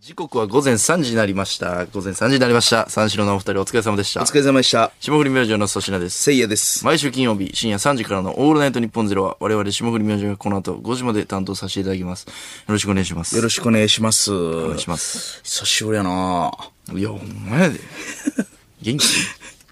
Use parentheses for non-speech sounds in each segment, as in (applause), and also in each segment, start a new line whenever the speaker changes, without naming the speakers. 時刻は午前3時になりました。午前3時になりました。三四郎のお二人お疲れ様でした
お。疲れ様でした。
霜降り明星の粗品です。
せいやです。
毎週金曜日深夜3時からのオールナイトニッポンゼロは我々霜降り明星がこの後5時まで担当させていただきます。よろしくお願いします。
よろしくお願いします。お願。
いします
久しぶりやない
や、お前
(laughs)
やで。元気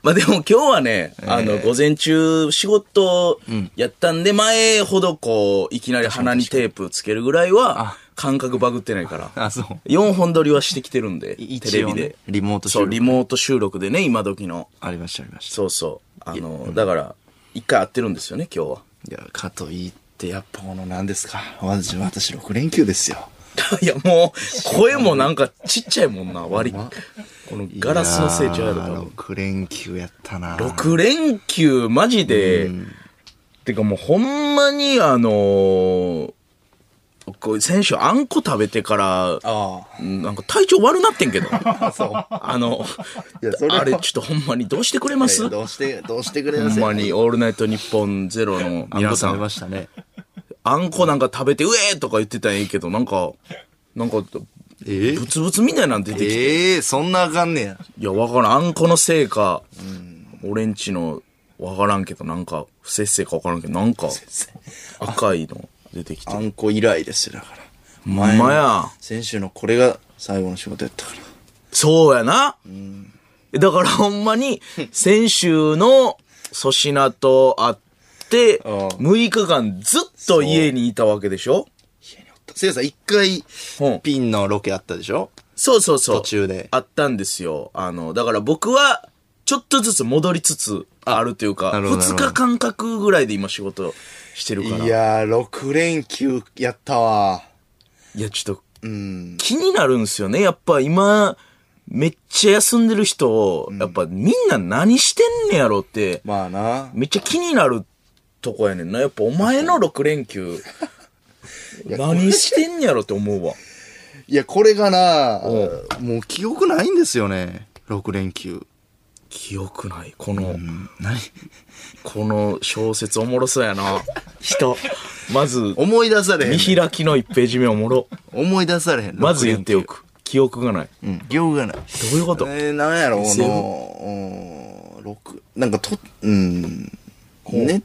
まあでも今日はね、あの、午前中仕事やったんで、前ほどこう、いきなり鼻にテープつけるぐらいは、感覚バグってないから。
あ、そう。
4本撮りはしてきてるんで、
い
テ
一
レビ
応ね
で。
リモート収
そう、
録
リモート収録でね、今時の。
ありました、ありました。
そうそう。あの、だから、一回会ってるんですよね、今日は。 (laughs)
いや、かといって、やっぱこの何ですか。私、私6連休ですよ。
いや、もう、声もなんかちっちゃいもんな、割り。このガラスの成長や
い
ろ、
や
多分
ー6連休やったな。
6連休、マジで、てかもうほんまにあのーこう先週あんこ食べてから、
あ
なんか体調悪なってんけど。あ
あ。 (laughs) そう。
の、
いやそれは
あれちょっとほんまにどうしてくれます
いやどうして、どうしてくれ
ほ
ま
ん
せん
まに、オールナイトニッポンゼロの皆さ
あんこ食べ
ん、
ましたね。
あんこなんか食べて、うえーとか言ってたんやけど、なんか、なんか、
え
ブツブツみたいなん出てきて、
ええそんなあかんねや。
いや、わからん。あんこのせいか、俺んちの、わからんけど、なんか、不摂生かわからんけど、なんか、赤いの出てきて。
あんこ以来ですよ、だから。前
ほんまや
先週のこれが最後の仕事やったから。
そうやな。だからほんまに、先週の粗品と会って、
ああ
6日間ずっと家にいたわけでしょ
せいやさん、一回
うん、
ピンのロケあったでしょ
そうそうそう。
途中で
あったんですよ。あの、だから僕は、ちょっとずつ戻りつつあるというか、
なるほどなる
2
ほど
日間隔ぐらいで今仕事してるから。
いやー、6連休やったわ。
いや、ちょっと、
うん。
気になるんですよね。やっぱ今、めっちゃ休んでる人を、やっぱみんな何してんねやろって、
まあな。
めっちゃ気になるとこやねんな。やっぱお前の6連 (laughs) 休、何してんねやろって思うわ。
いや、これがな
お、
もう記憶ないんですよね。6連休。
記憶ない。この、
うん、何
この小説おもろそうやな。人。まず、
思い出されへ
見
ん。
開きの1ページ目おもろ。
思い出されへん。
まず言ってお
く。
く。記憶がない。
うん、記憶がない。
どういうこと
えー、なんやろ、こ
セー
の、うん六なんかと、うん、ね、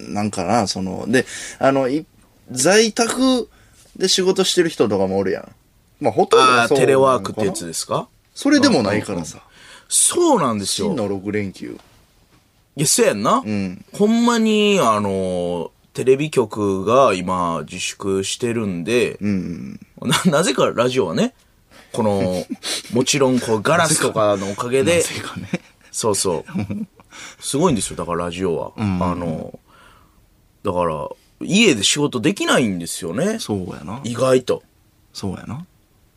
なんかな、その、で、あの、い在宅で仕事してる人とかもおるやん。まあ、ほとんど
ああ、
そう
テレワークって
な
や
のか
つ
な
ですか
それでもないからさ。
そうなんですよ
真。の6連休。
いや、そうやんな。
ん
ほんまに、あのー、テレビ局が今自粛してるんで、
うん。
な、なぜかラジオはね、
(laughs)
この、もちろんこうガラスとかのおかげで、
てかね。
そうそう。すごいんですよ、だからラジオは。あのー、だから、家で仕事できないんですよね。
そうやな。
意外と。
そうやな。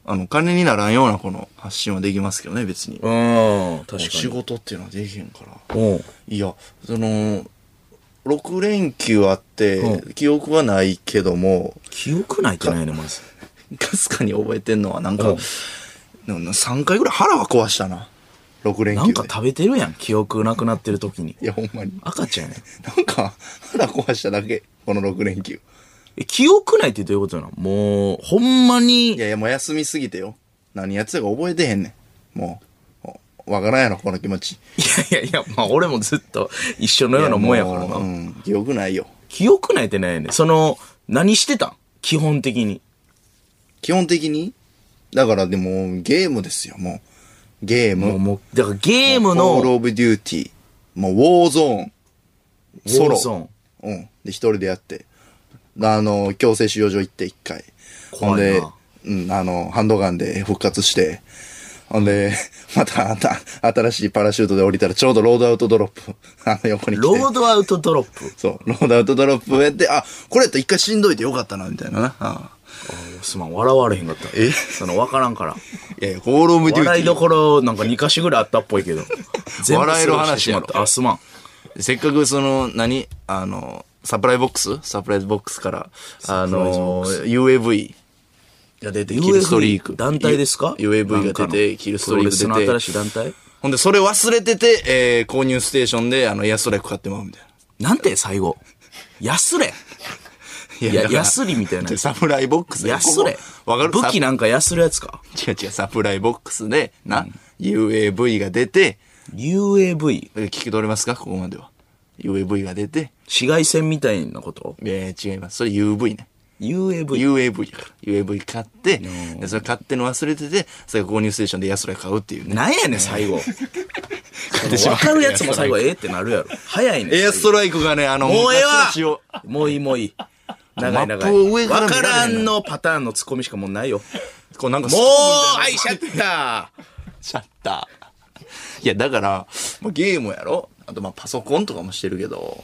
あの、金にならんようなこの発信はできますけどね、別に。
うん、確
仕
か
事っていうのはできへんから。
に。うん。
いや、その、6連休あって、
う
記憶はないけども、
記憶ないってないね、まず。
かすかに覚えてんのは、なんか
うん、
なんか3回ぐらい腹は壊したな。6連
な
休
ん
で。
か食べてるやん、記憶なくなってる時に
い。や、ほんまに。
赤ちゃんやねん。
なんか、腹壊しただけ。この6連休。
え記憶ないってどういうことなのもう、ほんま
い
に、
やいや、もう休みすぎてよ。何やってたか覚えてへんねん。もう、わからんやろ、この気持ち。
いやいやいや、まあ俺もずっと一緒のようなもんやから
いもうう
な。
ん、記憶ないよ。
記憶ないってないよねん。その、何してたん基本的に。
基本的に、だからでも、ゲームですよ、もう。ゲーム。
もう、もう、だからゲーム
コール
の、
オブデューティー。もう、ウォーゾーン。ソロ。
Warzone
うん。で、一人でやって。あの、強制収容所行って一回。
怖いな
ほんで、うん、あの、ハンドガンで復活して。ほんで、 (laughs) また、あた新しいパラシュートで降りたら、ちょうどロードアウトドロップ。 (laughs) あの、横に来て。
ロードアウトドロップ。
そう、ロードアウトドロップやって、あ、これやったら一回しんどいてよかったな、みたいなな。あ
すまん、笑われへんかった。
え
その、わからんから。
いやいや、コールオブデューティ
笑
ー
い。どころ、なんか2箇所ぐらいあったっぽい
(laughs)
けど。全部
笑える話
スルーしてしまったあ、すまん。
せっかくその、何あの、サプライボックスサプライズボックスから、あの、UAV。
いや、出て
キルストリーク
団体ですか
UAV が出て
なんかの
キルストリーク出て
プロレスの新しい団体
ほんで、それ忘れてて、えー、購入ステーションで、あの、エアストライク買ってまうみたいな。
なんて、最後。安れ。いや、ヤスリみたいな
で。 (laughs) サプライボックスで
ヤスレ
ここわかる
武器なんかヤスるやつか。
違う違う、サプライボックスで、な、UAV が出て、
UAV?
え聞き取れますかここまでは。UAV が出て、
紫外線みたいなこと
えー、違います。それ UV ね。
?UAV?
UAV やから。UAV 買って、でそれ買っての忘れてて、それが購入ステーションで安ら買うっていうね。
なんやねん、 (laughs) 最後。
ってしまう
わかるやつも最後、ええってなるやろ。早いねん。
エアストライクがね、あの、
もうええ
ガチガチ
わ
を
もういい、もういい。長い
マッ
長
プを上
い。
から
わ
見ら
か
れへん
らんのパターンのツッコミしかもうないよ。
こうなんか
もう、
ア
は
イ
い、シャッター。
シャッター。いや、だから、まあ、ゲームやろあと、まあ、パソコンとかもしてるけど。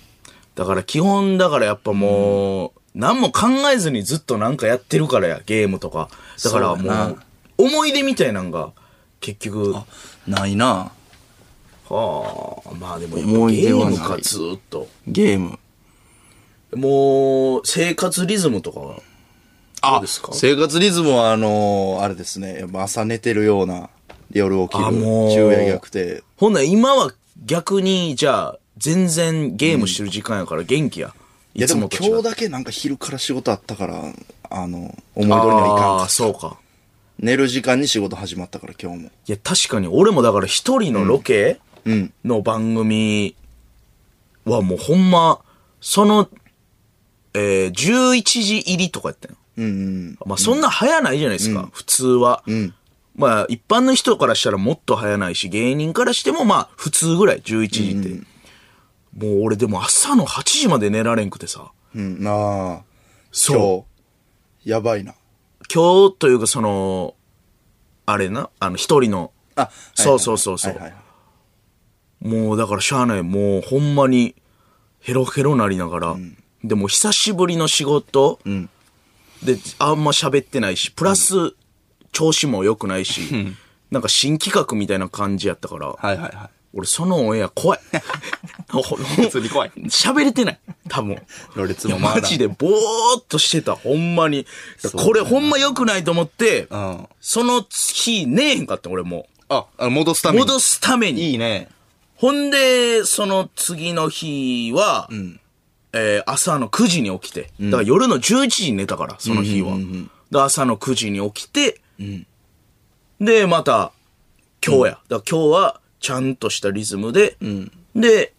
だから基本、だからやっぱもう、何も考えずにずっとなんかやってるからや、ゲームとか。だから
そうや
も
な
う、思い出みたいなんが、結局、は
ないな
あ、まあでもやっ
思
ぱ
い
ゲ
出は
ー
ない
ムか、ずーっと。
ゲーム。
もう、生活リズムとかは、どうですか
生活リズムは、あのーあれですね。やっぱ朝寝てるような、夜起きる
あ、もう
昼夜逆転。
ほんなら今は逆に、じゃあ、全然ゲームしてる時間やから元気や。
いや、でも
つ
今
違
日
う
だけなんか昼から仕事あったから、あの、思い通りにはいかん
あ
か
あ、そうか。
寝る時間に仕事始まったから、今日も。
いや、確かに俺もだから一人のロケ
うん。
の番組はもうほんま、その、えー、11時入りとかやったよ。
うんうん。
まあそんな早ないじゃないですか、普通は。
ん
まあ一般の人からしたらもっと早ないし、芸人からしてもまあ普通ぐらい、11時って。もう俺でも朝の8時まで寝られんくてさ。
うん。なあ。
そう。
今日。やばいな。
今日というかその、あれな、あの一人の、
あ、はいはい
そうそうそうそう
はいはいはい
もうだからしゃあない、もうほんまにヘロヘロなりながら、でも久しぶりの仕事、で、あんま喋ってないし、プラス調子も良くないし、なんか新企画みたいな感じやったから、
はいはいはい。
俺そのオンエア怖い。ほほ
(laughs) 普通に怖い
喋れてない。多分。
ろれつ
いや
もまだ
マジでぼーっとしてた。ほんまに。これほんま良くないと思って、
ん
その日ねえへんかって俺も
あ、あの戻すた
う。
めに。
戻すために。
いいね。
ほんで、その次の日は、えー朝の9時に起きて、だから夜の11時に寝たから、その日は。で朝の9時に起きて、で、また、今日や。だから今日は、ちゃんとしたリズムで、で、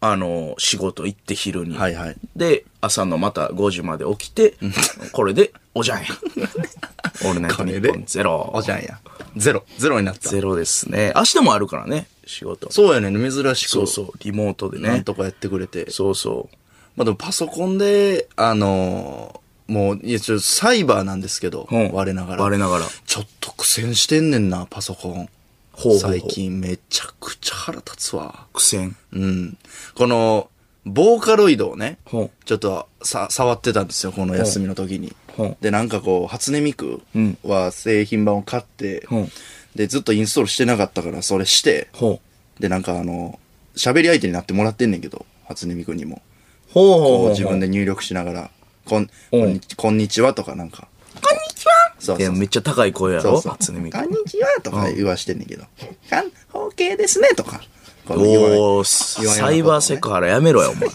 あの、仕事行って昼に。
はいはい
で、朝のまた5時まで起きて、これで、お
(laughs)
じゃんや。オールナイトニッポンゼロ。
おじゃんや。ゼロ。ゼロになった。
ゼロですね。明日もあるからね、仕事。
そうやねん、珍しく。
そうそう、リモートでね。
なんとかやってくれて。
そうそう。
まあでもパソコンで、あのーもう、いや、ちょ、サイバーなんですけど、
うん
我ながら。
我ながら
ちょっと苦戦してんねんな、パソコン。
ほうほうほう
最近めちゃくちゃ腹立つわ。
苦戦。
うん。この、ボーカロイドをね、
ほう
ちょっとさ、触ってたんですよ、この休みの時に
ほう。
で、なんかこう、初音ミク
うん
は製品版を買って
ほう、
で、ずっとインストールしてなかったから、それして、
ほ
で、なんかあの、喋り相手になってもらってんねんけど、初音ミクにも。
う。ほうほう
こ
ほ
う
う。
自分で入力しながら、こん、
うん
こんにちこんにちはとかなんか。こんにちはそう
い
そ
や、
うそう。
めっちゃ高い声や
そ
ろ
うそう
初音ミク
こんにちはとか言わしてんねんけど。かん、方形ですねとか。この言われ
おー、
言わんようなこと
サイバーセクハラやめろよ、お前。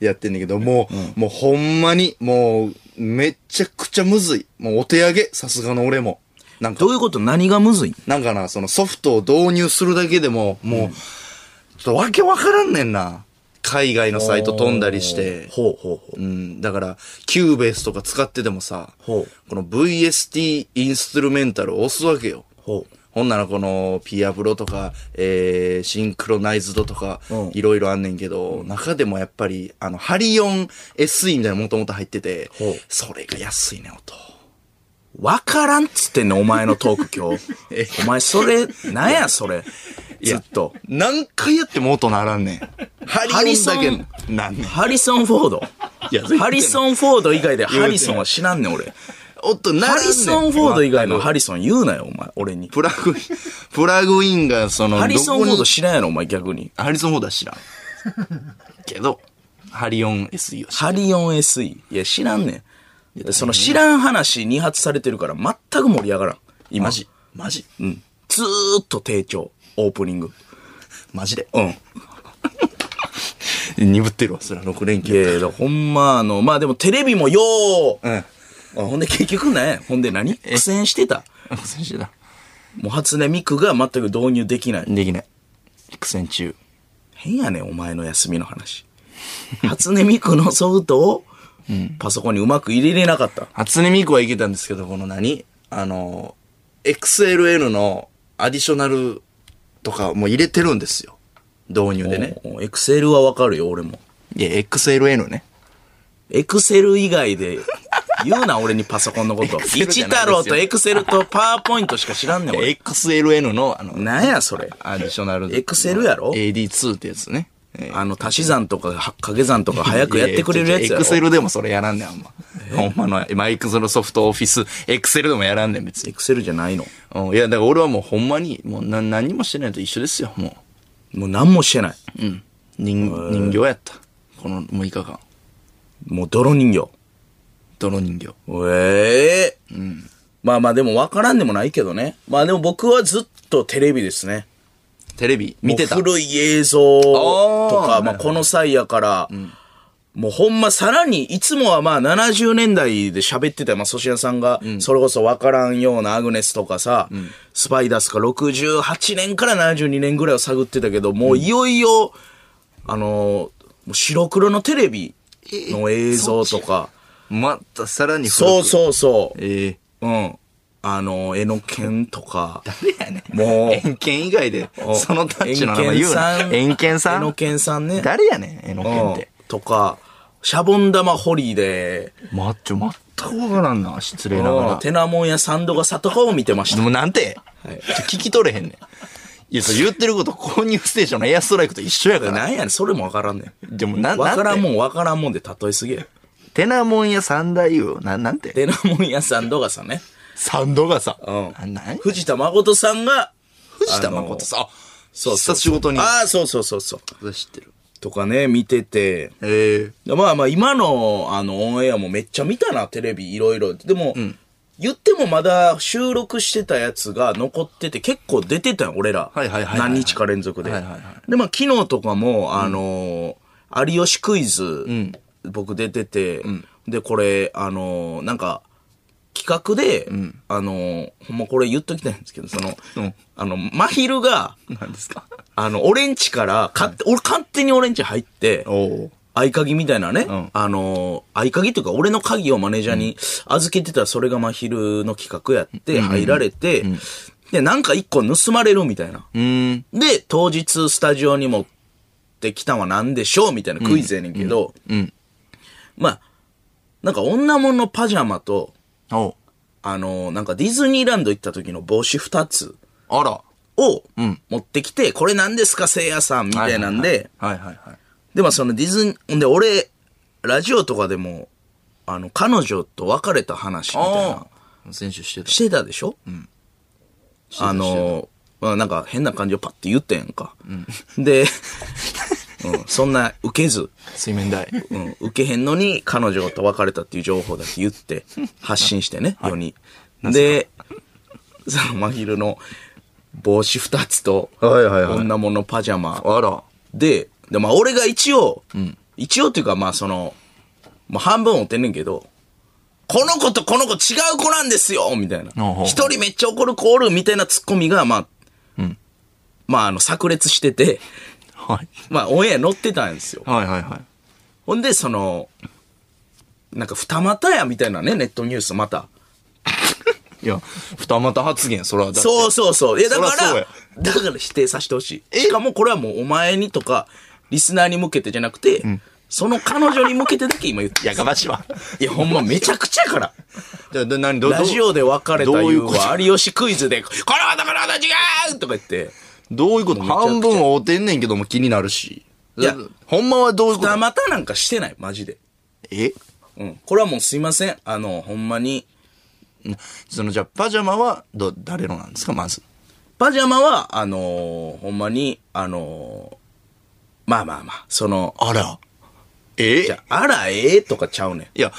やってんねんけど、もう、もうほんまに、もう、めちゃくちゃむずい。もうお手上げ、さすがの俺も。なんか
(laughs) ど、ういうこと何がむずい
なんかな、そのソフトを導入するだけでも、もう、ちょっとわけわからんねんな。海外のサイト飛んだりして。
ほうほうほう。
うん、だから、キューベースとか使っててもさ、
ほ
この VST インストゥルメンタルを押すわけよ。
ほう。
ほんならこのピアブロとか、えー、シンクロナイズドとか
うん、
いろいろあんねんけど、中でもやっぱり、あの、ハリオン SE みたいなのもともと入ってて
ほう、
それが安いね、音。
わからんっつってんねんお前のトーク (laughs) 今日。お前、それ、なんや、それ。ずっと。
何回やっても音ならんねん。ハリオンだ
(laughs) ハリ
けなんねん。
ハリソン・フォード。
いや絶対
ハリソン・フォード以外でハリソンは知らんねん、俺。
音ならん
ハ
ねん。
リソン・フォード以外のハリソン言うなよ、お前、俺に。
プラグイン、プラグインがその、
ハリソン・フォー
どこ
ド
に
知らんやろ、お前、逆に。
ハリソン・フォードは知らん。けど、ハリオン SE を知らん
ハリオン SE。いや、知らんねん。その知らん話2発されてるから全く盛り上がらん。今。
マジマジ
うん。ずーっと低調。オープニング。
マジで。
うん。
(laughs) 鈍ってるわ、そら、6連
いや
休。
いやだからほんま、あの、まあでもテレビもよう、
うん。
あほんで結局ね、ほんで何苦戦してた。
選手だ。
もう初音ミクが全く導入できない。
できない。苦戦中。
変やねんお前の休みの話。初音ミクのソフトを、パソコンにうまく入れれなかった。
初音ミクはいけたんですけど、この何あの、XLN のアディショナルとかも入れてるんですよ。導入でね。
エクセルはわかるよ、俺も。
いや、XLN ね。
エクセル以外で、言うな、俺にパソコンのこと。
Excel
一
じゃないですよ
太郎とエクセルとパワーポイントしか知らんねん、俺。
XLN の、あの、
なんや、それ。
アディショナル。
Excel やろ
?AD2 ってやつね。え
あの、足し算とか、は掛け算とか早くやってくれるやつやろ。
エクセルでもそれやらんねん、あんま。ほんまの、マイクロソフトオフィス、エクセルでもやらんねん、別に。
エクセルじゃないの。
うん、いや、だから俺はもうほんまに、もうな何もしてないと一緒ですよ、も
もう何もしてない。
う。うん。人、人形やった。この6日間。
もう泥人形。
泥人形。
ええまあまあでも分からんでもないけどね。まあでも僕はずっとテレビですね。
テレビ見てた。
もう古い映像と
あ
か、
ー
まあこの際やから、もうほんまさらに、いつもはまあ70年代で喋ってた、まあ粗品さんが、それこそ分からんようなアグネスとかさ、スパイダースか68年から72年ぐらいを探ってたけど、もういよいよ、あのー、もう白黒のテレビの映像とか、
またさらに古
そう
く
そうそう、
ええ
うん。あの、えのけん
(laughs)
とか、
誰やねん。
もう、
円剣以外で、そのタッチの名前言うな。円
円剣
剣
さん。
さ
えの
ん
けんさんね。
誰やねん、円剣って。
うんとか、シャボン玉ホリーで、
ま、ちょ、全くわからんな。失礼ながら。
テナモンやサンドが里川を見てまし
で
た。
もなんて、
はい
ちょ聞き取れへんねん。いや、そう言ってること、購入ステーションのエアストライクと一緒やから。
なんやねん、それもわからんねん。
でもな、
わから
なんん
も
て。
ん、わからんもんで例えすぎや。
テナモンや三大王、な、なんて。
テナモンやサンドがさんね。
サンドがさ。
うん
あなんや
藤田誠さんが、
藤田誠さん。あ、
そうそうそう。
仕事に。
ああ、そうそうそうそう。
知ってる。
とかね、見てて。
ええ
でまあまあ今のあのオンエアもめっちゃ見たなテレビいろいろでも、言ってもまだ収録してたやつが残ってて結構出てたよ俺ら、
はいはいはいはい
何日か連続で、
はいはいはい
でまあ昨日とかもあのー有吉クイズ、僕出てて、でこれあのーなんか企画で、あのーほんまこれ言っときたいんですけどその、
うん
あの真昼が
なんですか
あの俺んちから勝手、俺勝手に俺んち入って
(laughs) おお。
合鍵みたいなね、
ん
あのー、合鍵というか、俺の鍵をマネージャーに預けてたら、それがまあ昼の企画やって、入られて、で、なんか一個盗まれるみたいな。
うーん。
で、当日スタジオに持ってきたんは何でしょうみたいなクイズやねんけど、
うん。
まあ、なんか女物のパジャマと、
おう
あのー、なんかディズニーランド行った時の帽子二つ
あら。
を
ん
持ってきて、これ何ですか、せいやさんみたいなんで、
はいはいはい。
でもそのディズニー、ほんで俺、ラジオとかでも、あの、彼女と別れた話みたいな
あ、あ。選手してた。
してたでしょあの、まあなんか変な感じをパッて言ったやんか。 (laughs) で、うん、そんな受けず、
水面台。
うん、受けへんのに彼女と別れたっていう情報だけ言って、発信してね、世に。で、その真昼の帽子二つと、
はいはいはい
女物パジャマ
(laughs) あら。
で、で、まあ俺が一応、一応っていうかまあその、もう半分追ってんねんけど、この子とこの子違う子なんですよみたいな
ほうほ。う
一人めっちゃ怒る子おるみたいなツッコミが、まあ、まああの、炸裂してて、 (laughs)
はい。
まあオンエア乗ってたんですよ。
はいはいはい。
ほんで、その、なんか二股やみたいなね、ネットニュースまた。
いや、二股発言、それはだって。
そうそうそう。いや、だか
そらそう
ら
や、
だから否定させてほしい。しかもこれはもうお前にとか、リスナーに向けてじゃなくて、その彼女に向けてだけ今言ってる
やかましいわ。
いや、ほんまめちゃくちゃやから。
じゃあ、で何ど
ラジオで別れた
どういう
言う
こと
は、有吉クイズで、これはだからだ違うとか言って、
どういうこと半分追ってんねんけども気になるし。
いや
ほんまはどういうこ
二
と
股なんかしてない、マジで。
え
うん。これはもうすいません。あの、ほんまに。
その、じゃあ、パジャマは、ど、誰のなんですか、まず。
パジャマは、あのーほんまに、あのーまあまあまあ、その、
あら。え
じゃあ、あらええとかちゃうねん。
いや、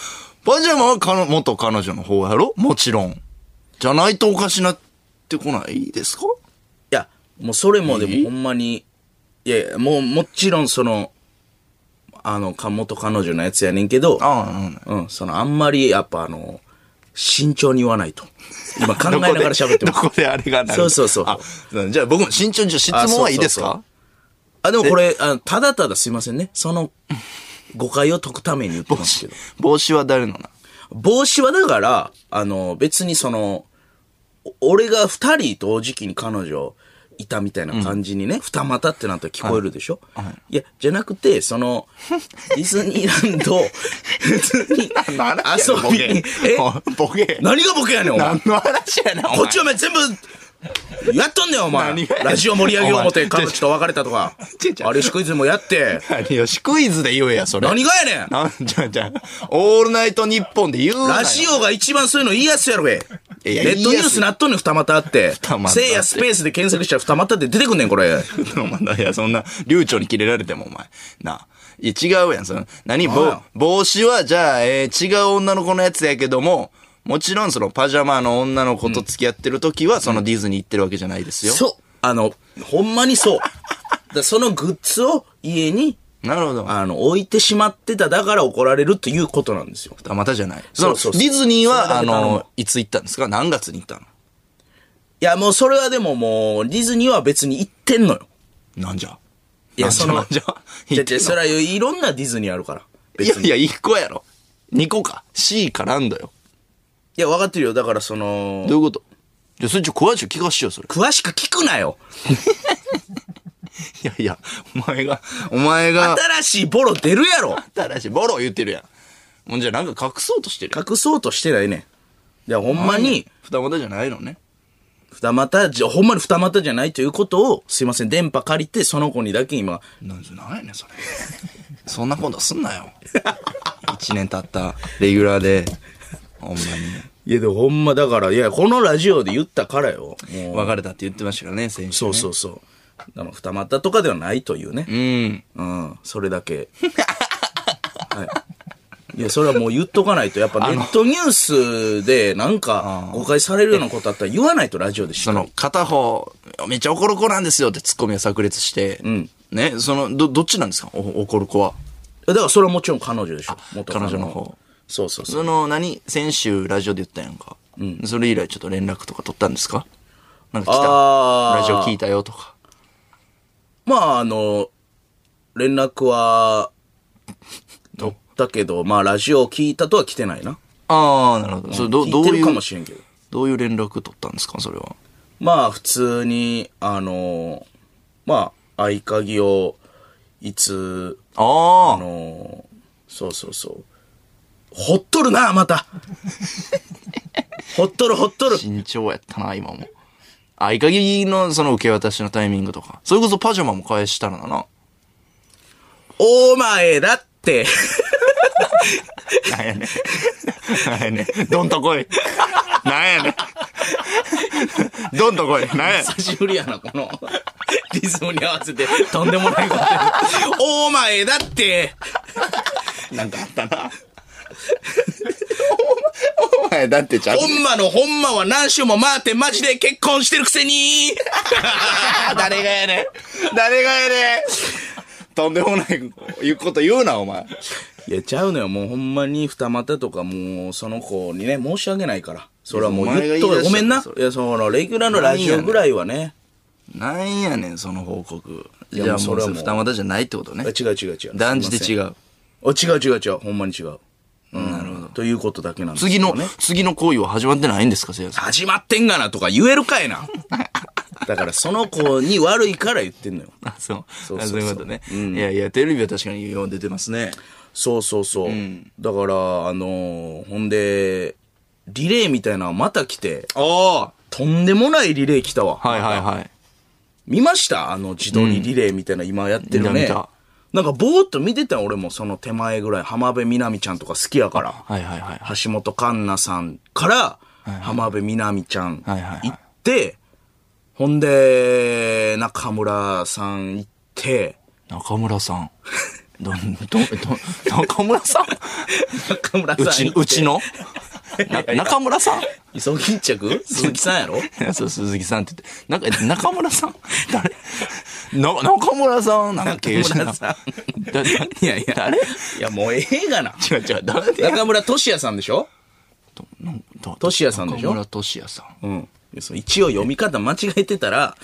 パジャマはかの、元彼女の方やろもちろん。じゃないとおかしなってこないですか
いや、もうそれもで
え
もほんまに、いやいやもうもちろんその、あの、か元彼女のやつやねんけど、
ああ、
うん、そのあんまりやっぱあの、慎重に言わないと。今考えながら喋ってます。
どこであれがなる
そうそうそう
あ、じゃあ僕も慎重に質問はいいです
あ
か
あ、でもこれ、あのただただすいませんね。その、誤解を解くために言ってますけど。
帽子は誰のな
帽子はだから、あの、別にその、お俺が二人同時期に彼女いたみたいな感じにね、二股ってなったら聞こえるでしょ、い、や、じゃなくて、その、
(laughs)
ディズニーランド、普通に
何の話やねん
遊びに、え
ボケ。
何がボケやねん、お前。
(laughs) 何の話やねん、お前
こっちはお前全部、やっとんねん、お前
何が。や
ラジオ盛り上げよう思って、
お前
彼女と別れたとか
ちょち、ょ
あれしクイズもやって、
何よし、クイズで言えや、それ。
何がやねん
なんじゃあじゃあオールナイトニッポンで言うなよ
ラジオが一番そういうの言いやすいやろべ。
いや
ネットニュースなっとんねん、二股あって。
二股あって
せいやスペースで検索したら二股って出てくんねん、これ。
お前いや、そんな、流暢に切れられても、お前。なあ。いや、違うやん、その、何、
なん
ぼ
や
帽子は、じゃあ、えー違う女の子のやつやけども、もちろん、その、パジャマの女の子と付き合ってる時は、そのディズニー行ってるわけじゃないですよ。
そう。あの、ほんまにそう。だからそのグッズを家に、
なるほど。
あの、置いてしまってた、だから怒られるということなんですよ。
たまたじゃない。そ
そ
の
うそうそう
ディズニー
それ
は、
だ
あ
け頼む
の、いつ行ったんですか何月に行ったの
いや、もうそれはでももう、ディズニーは別に行ってんのよ。
なんじゃ
いや、
なんじゃ
その、
なんじゃ
じ
行
ゃ
っ
じ
てん
ゃ
の
それはいろんなディズニーあるから。
い
別
や
に。
いや、1個やろ。2個か。C かなんだよ。
いや、分かってるよ。だからその
ど、ういうことじゃあ、それちょ、詳しく聞かしてよ、それ。
詳しく聞くなよ。
いやいや、お前が、お前が、
新しいボロ出るやろ。
新しい、ボロ言ってるやん。もうじゃあなんか隠そうとしてる。
隠そうとしてないねん。いや、ほんまに、
二股じゃないのね。
二股じゃ、ほんまに二股じゃないということを、すいません、電波借りて、その子にだけ今、
なんじゃないねんそ (laughs) れ。そんなことすんな (laughs) よ。一年経った、レギュラーで。ほんま
いや、でもほんまだから、いや、このラジオで言ったからよ。
に。
もう、
別れたって言ってましたからね、先週、ね。
そうそうそう。あの二股とかではないというね。
うん。
うん、それだけ。はい。いや、それはもう言っとかないと、やっぱネットニュースでなんか誤解されるようなことあったら言わないとラジオでし
その、片方、めっちゃ怒る子なんですよってツッコミが炸裂して。ね、その、ど、どっちなんですかお怒る子は。
だからそれはもちろん彼女でしょ。元
彼女の方。
そうそうそう。
その、何先週ラジオで言ったやんか。それ以来ちょっと連絡とか取ったんですかなんか来
あ
た。
ー
ラジオ聞いたよとか。
まあ、あの、連絡は、取ったけど、まあ、ラジオを聞いたとは来てないな。
ああ、なるほど。それどうど
聞いうてる
い
かも
う、
しれんけど。
どういう連絡取ったんですかそれは。
まあ、普通に、あの、まあ、合鍵を、いつ、あ
ああ、
のーそうそうそう。ほっとるな、また。 (laughs) ほっとるほっとる。
慎重やったな、今も。合鍵のその受け渡しのタイミングとか。それこそパジャマも返したらな。な
お前だって。
んやねん。なんやねん。どんと来い。なんやねん。どんと来い。なんやねん。
久しぶりやな、この。リズムに合わせて、とんでもないことやる。お前だって。
なんかあったな。お前、お前だってちゃん
ほんまのほんまは何週も待って、マジで結婚してるくせに。
誰がやねん。誰がやねん。とんでもない言うこと言うな、お前。
いや、ちゃうのよ。もうほんまに二股とか、もう、その子にね、申し訳ないから。それはもう言っと
いやお前が言い出したんだ
ごめんな
そ。
いや、その、レギュラーのラジオぐらいはね。
なんやねん、その報告。じゃ
や
あ
も
も
うそれは
う、
もう
二股じゃないってことね
あ。違う違う違う。
断じて違
う。
う。
あ違う違う違う。ほんまに違う。なるほど。ということだけなんですけ
次
ど
の、次の行為は始まってないんですか、せいやさん。
始まってんがなとか言えるかいな。だからその子に悪いから言ってんのよ。
あ、そう。
う
あ
そうそう
そういうことね。いやいや、テレビは確かによう出てますね。
そうそうそう。だから、あのーほんで、リレーみたいなのまた来て、
あ
とんでもないリレー来たわ。
あはいはいはい。
見ましたあの自撮りリレーみたいな今やってる
見た見
ね
た。
なんかぼーっと見てたよ俺もその手前ぐらい。浜辺美波ちゃんとか好きやから。
はいはいはい。
橋本環奈さんから、浜辺美波ちゃん
はいはいはい
行って、ほんで、中村さん行って、
中村さん。どん、どん、どん、中村さん
中村
う
さん
ち
行、って
うちのな中村さん
急ぎ着鈴木さんやろ
いや (laughs) そう、鈴木さんって言って。なんか、中村さん誰な、中村さんなんか経営者な
中村さん
だだ
いやいや。
誰
いや、もうえ
(laughs)
えがな。
違う違う、誰で
中村俊也さんでしょ俊也さんでしょ
中村俊也さん。
うん。いやその一応読み方間違えてたら、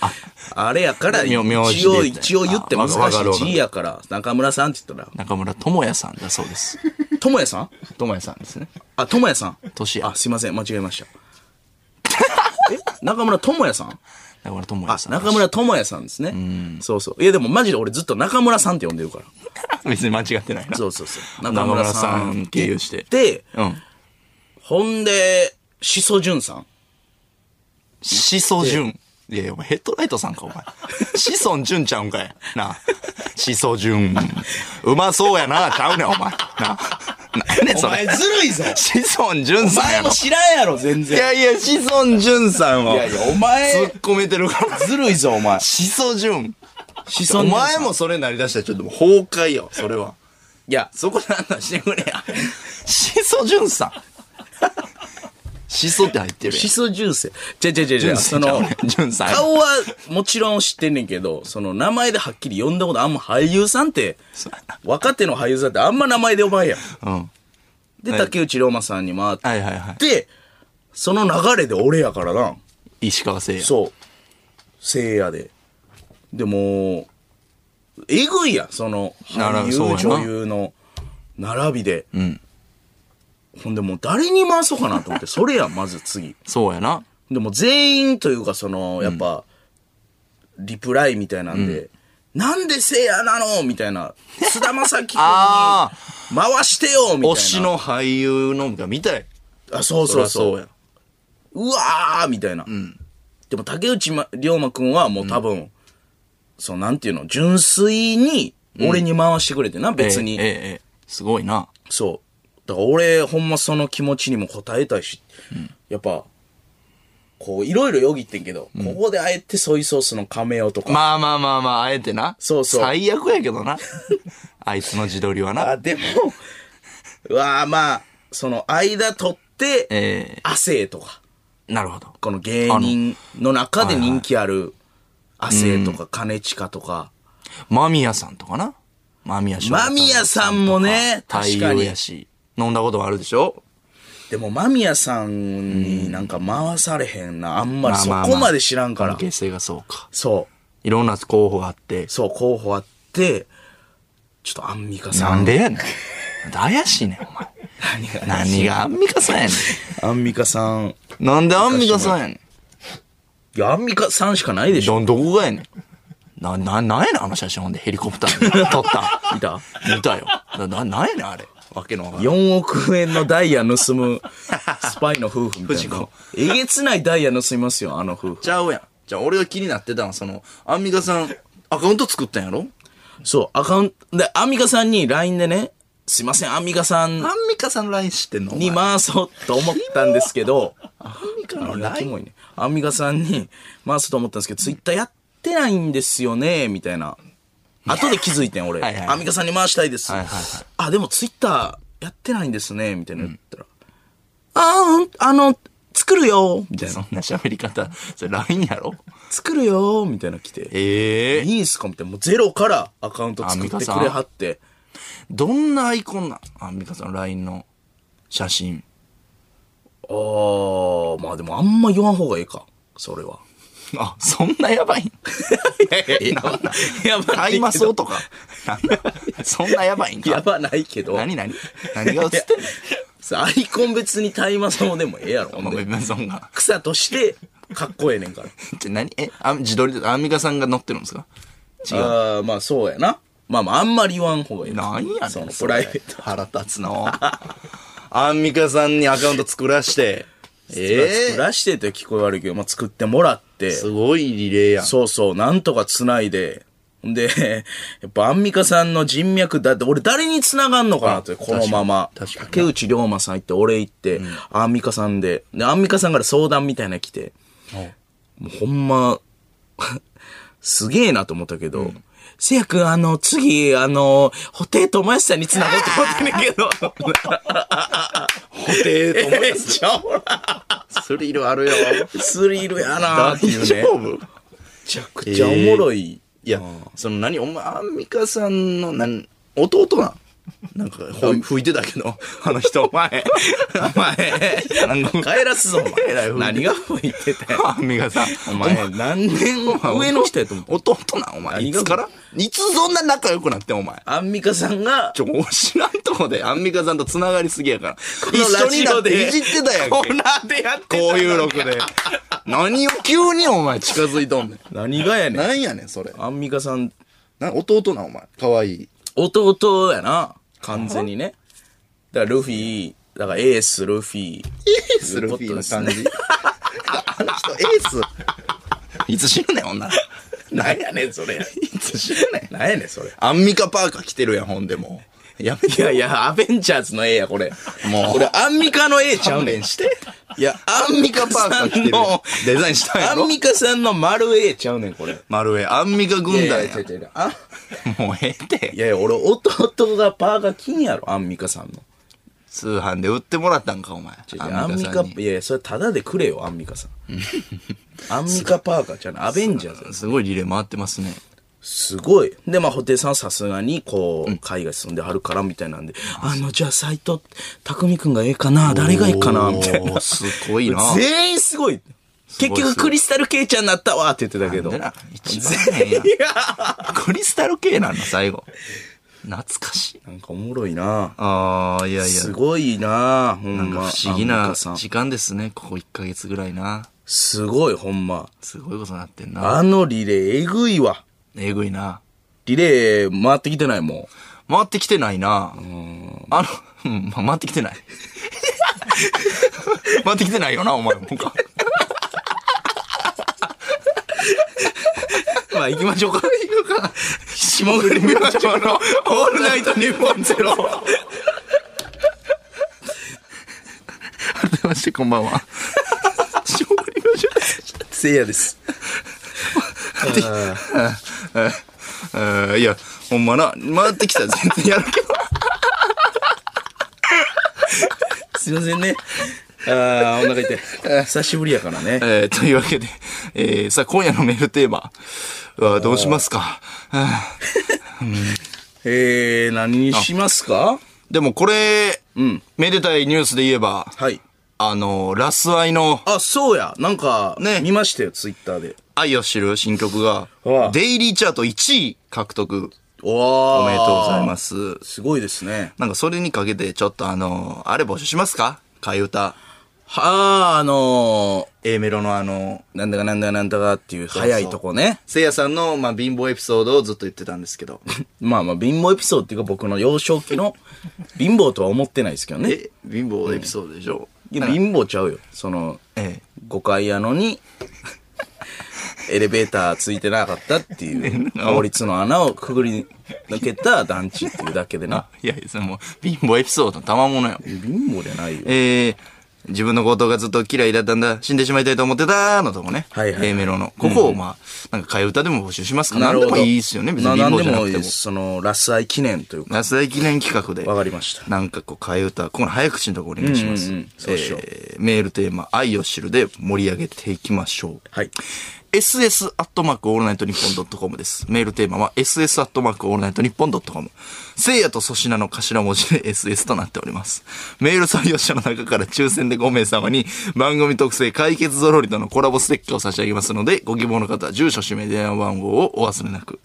あれやから、一
名名字で
応、一応言っても
あわ
難
かるわ
し
か
い
る
G やから、中村さんって言ったら、
中村智也さんだそうです。
ともやさん
智也さんですね。
あ、ともやさん。
俊也
あ、すいません、間違えました。 (laughs) え中村ともやさん
中村智
あ
也、さん。
中村ともやさんですね。そうそう。いや、でもマジで俺ずっと中村さんって呼んでるか
(laughs)
ら。
別に間違ってないな。
そうそうそう。
中村さん経由して。
で、
うん。
ほんで、しそじゅんさん。
シソジュン。いやいや、お前ヘッドライトさんか、
(laughs)
お前。シソンジュンちゃうんかい。なあ。シソジュン。うまそうやな、ちゃうねん、お前。なあ。なんやねん、それ。
ずる (laughs) いぞ
シソンジュン
お
さん
前
やろ
も。知らんやろ、全
い
然。
やいや、シソンジュンさんは。
いやいや、お前、
突っ込めてるから。
ずるいぞ、お前。
シソジュン。
し
お
んじゅんさん
前もそれなりだしたらちょっともう崩壊よ、それは。
いや、そこなんなんしてくれや。
シソジュンさん。シソって入ってるやん
シソジュース。じゃじゃじゃじゃ
ジュンさ
そ
んちゃう
の
ね、ジュンさん
顔はもちろん知ってんねんけど、その名前ではっきり呼んだことあんま俳優さんって、若手の俳優さんってあんま名前で呼ばんやん。
うん。
で、
はい
竹内涼真さんに回って、
はいはいはい。
その流れで俺やからな。
石川聖也。
そう。せいやで。でも、えぐいやん、その、
なら
俳
そうや
優
な
女優の並びで。
ん
ほんでもう誰に回そうかなと思って、それやん、まず次。
そうやな。
でも全員というかそのやっぱ、リプライみたいなんで、なんでせいやなのみたいな菅田将暉君に
あ
回してよみたいな
推しの俳優のが見たい。
あそうそうそう
りゃ
うわーみたいな、でも竹内ま涼真君はもう多分、そのなんていうの純粋に俺に回してくれてな、別
え
に、
えええええすごいな。
そう。だから俺、ほんまその気持ちにも応えたいし、やっぱ、こう、いろいろよぎってんけど、ここであえてソイソースのカメオとか、
まあまあまあまあ、あえてな。
そうそう
最悪やけどな。あいつの自撮りはな
あ、。でも、うわあまあ、その間取って、
ええ
亜生とか、
なるほど。
この芸人の中で人気ある、亜生とか、兼近とか、
間宮さんとかな。間宮祥太朗
間宮さんもね
とか
確かに
太陽やし。飲んだこともあるでしょ
でも、間宮さんになんか回されへんな、あんまりそ
ああ
こまで知らんから。
関係性がそうか。
そう。
いろんな候補があって。
そう、候補あって、ちょっとアンミカさん。
なんでやねん。怪しいねん、お前。
何が
何がアンミカさんやね
アンミカさん。
(laughs) ん。なんでアンミカさんやねん。
いや、アンミカさんしかないでしょ。
ど、どこがやねん。な、な、なんやねん、あの写真ほんでヘリコプターで撮ったん
いた
見たよ。な、な、なんやねん、あれ。わけのわからん
?4 億円のダイヤ盗
(laughs)
むスパイの夫婦みたい
藤
な
子。
えげつないダイヤ盗みますよ、あの夫婦。
ちゃうやん。じゃあ俺が気になってたんはその、アンミカさん、アカウント作ったんやろ
そう、アカウント、で、アンミカさんに LINE でね、すいません、アンミカさん
アンミカさんの LINE 知ってんの
に回そうと思ったんですけど、
アンミカ
あ
の
れはキ
LINE?
モいね。アンミカさんに回そうと思ったんですけど、ツイッターやってないんですよね、みたいな。後で気づいてん、俺。
はいはいはい
アンミカさんに回したいです。
はいはいはい
あ、でもツイッターやってないんですね、みたいな言ったら。あーうん、あの、作るよみたい
そ
な。
んな喋り方、 (laughs) それ LINE やろ
作るよみたいな来て。
ええ
いいんすかみたいな。もうゼロからアカウント作ってくれはって。
どんなアイコンなんアンミカさんの LINE の写真。
あー、まあでもあんま言わん方がいいか。それは。
あ、そんなやばいんえ、なんなん
(laughs) やばないけど
大麻草とか。なんなんそんなやばいんか
(laughs) やばないけど。
何何何が映ってんの
さアイコン別に大麻草でもええやろ。ほんで
お前そんな。
草としてかっこええねんから。
じゃ、何え、あ自撮りで、アンミカさんが乗ってるんですか違う。
ああ、まあそうやな。まあまああんまり言わん方がいい。
なんや
そ
ね
の
ん。
プライベート。
ト。腹立つな。 (laughs) アンミカさんにアカウント作らして。え
作らしてって聞こえ悪いけど、まあ作ってもらって、
すごいリレーやん。
そうそう、なんとか繋いで、んで、やっぱアンミカさんの人脈だって、俺誰に繋がんのかなって、
あ
このまま。
確かに確
竹内涼真さん行って、俺行って、アンミカさんで、で、アンミカさんから相談みたいなの来 (laughs) て、もうほんま、すげえなと思ったけど、せやくん、あの、次、あの、布袋友康さんに繋ごうと思ってんねんけど。
固定と思
め
い
っ
(laughs) ます。
ちゃおもろい
スリルあるよ。
(laughs) スリルやな
大
っていうね
丈。夫
めちゃくちゃおもろい。
いや、その何、お前、アンミカさんの、なん、弟なんなんか、ほい吹いてたけど、
あの人、お前、お前、なんか帰らす (laughs) ぞ、お前。何が吹いてたよ。
アンミカさん。
お前、何年上の人やと思う。
弟なん、お前。
何
い
が
つからいつそんな仲良くなってん、お前。
アンミカさんが、
ちょ、もう知らんとこで、アンミカさんと繋がりすぎやから。
このラ
一緒に
ジ
な
オ
って
で
いじってたやんけ。
コーナーでやってたのに
こういう録で。何を急にお前近づいとんね
何がや
ん。
ねん。
なんやねん、それ。
アンミカさん、
な、弟なん、お前。かわいい。
弟やな。完全にね。だからルフィ、だからエース、ルフィ。
エースルフィの感じ。あの人、エース。いつ死ぬねん、女。
何やねん、それ。
いつ死ぬねん。
何やねん、それ。
アンミカパーカー来てるやん、ほんでもう。やめ
いやいや、アベンジャーズの絵や、これ。
もう
これ、アンミカの絵ちゃう
勘
ねん
弁。して。いや、アンミカパーカー来てるやん
さんの。
(laughs) デザインしたんや
アン
ろ
ミカさんの丸絵ちゃうねん、これ。
丸上、アンミカ軍
いや
団
い
や
や
ん
違う違うあ
もうええて
い。やいや、俺、弟がパーが金やろ、アンミカさんの。
通販で売ってもらったんか、お前。
ア
アンミ
ンミ
カさ
カ
んに、
いやいや、それタダでくれよ、アンミカさん。
(laughs)
アンミカパーカーじゃない、アベンジャーズや。
すごいリレー回ってますね。
すごい。で、まあ、布袋さんはさすがに、こう、海外住んではるから、みたいなんで、あの、じゃあ、斎藤、匠くんがええかな誰がいいかなみたい
お
な
ー。すごいな。 (laughs)
全員すごい。結
すごい
局、クリスタルケイちゃんになったわって言ってたけど。
なんでな一番変やん
いや
(laughs) クリスタル系なんだ、最後。懐かしい。
なんかおもろいな
ああ、いやいや。
すごいなほんま。
なんか不思議
アンミ
な
カさん
時間ですね、ここ1ヶ月ぐらいな。
すごい、ほんま。
すごいことになってんな。
あのリレー、えぐいわ。
えぐいな。
リレー、回ってきてないもん。
回ってきてないな。あの、うん、ま回ってきてない。 (laughs) 回ってきてないよな、お前もか。 (laughs) まあ、行きましょうか。 (laughs) 下栗明星のオールナイトニッポンゼロ。 (laughs) 改めまして、こんばんは。下栗明星
せいやです。
えーいや、ほんまな、回ってきたら全然やるけど。
すいませんね。ああ、お腹痛い。久しぶりやからね。
(laughs) えーというわけで、えーさあ、今夜のメールテーマはどうしますか。
えー、何にしますか
でもこれ、めでたいニュースで言えば、
はい。
あの、ラスアイの
あ、そうや。なんか、
ね
見ましたよ、ツイッターで。
愛を知る新曲が
ああ、
デイリーチャート1位獲得。
おお。
おめでとうございますす。
すごいですね。
なんかそれにかけて、ちょっとあの、あれ募集しますか替え歌。
はあ、あの
A メロのあの、
ー、なんだかなんだかなんだかっていう早いとこね。
せいやさんの、まあ、貧乏エピソードをずっと言ってたんですけど。
まあまあ、貧乏エピソードっていうか僕の幼少期の貧乏とは思ってないですけどね。
え、貧乏エピソードでしょ、
いや貧乏ちゃうよ。その、
ええ
5階やのに、エレベーターついてなかったっていう、法律の穴をくぐり抜けた団地っていうだけでな。
いやいや、それもう、貧乏エピソードの賜物よ。
貧乏じゃないよ。
えー、自分の行動がずっと嫌いだったんだ、死んでしまいたいと思ってたのとこね。
はいはい
A メロの。ここを、まあ、なんか替え歌でも募集しますか
な
何
る
で
ほど。
もいいですよね。別に貧
な
乏じゃな
な
くて
んでもいい
も
で。すその、ラスアイ記念というか。
夏大記念企画で。
わかりました
なんかこう、替え歌、この早口のとこお願いします。
うんうんうんそうしよう
えーメールテーマ、愛を知るで盛り上げていきましょう。
はい。
ss アットマークオールナイトニッポンドットコムです。メールテーマは ss アットマークオールナイトニッポンドットコム。聖夜と粗品の頭文字で ss となっております。メール採用者の中から抽選で5名様に番組特製解決ぞろりとのコラボステッカーを差し上げますので、ご希望の方は住所、氏名、電話番号をお忘れなく。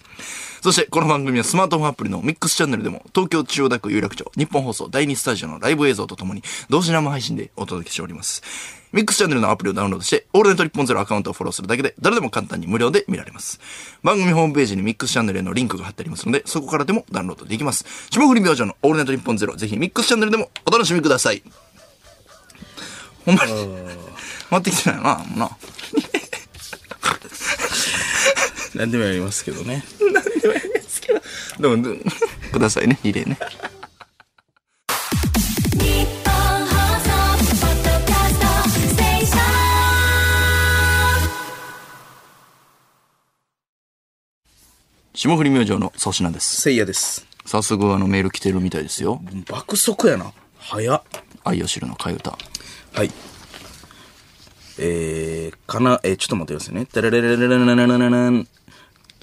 そして、この番組はスマートフォンアプリのミックスチャンネルでも、東京千代田区有楽町、日本放送第2スタジオのライブ映像とともに、同時生配信でお届けしております。ミックスチャンネルのアプリをダウンロードして、オールナイト日本ゼロアカウントをフォローするだけで、誰でも簡単に無料で見られます。番組ホームページにミックスチャンネルへのリンクが貼ってありますので、そこからでもダウンロードできます。霜降り明星のオールナイト日本ゼロ、ぜひミックスチャンネルでもお楽しみください。ほんまに、待ってきてないよな、もうな。
何でもやりますけどね。
でも、でもくださいね、リレーね。
日本放送ポッドキャストステーション
霜降り明星の粗品です。
せいやです。
早速あのメール来てるみたいですよ。
爆速やな。早っ。
愛を知るの替え歌。
はい。えー、かな、えー、ちょっと待ってくださいね。ダララララララララララン。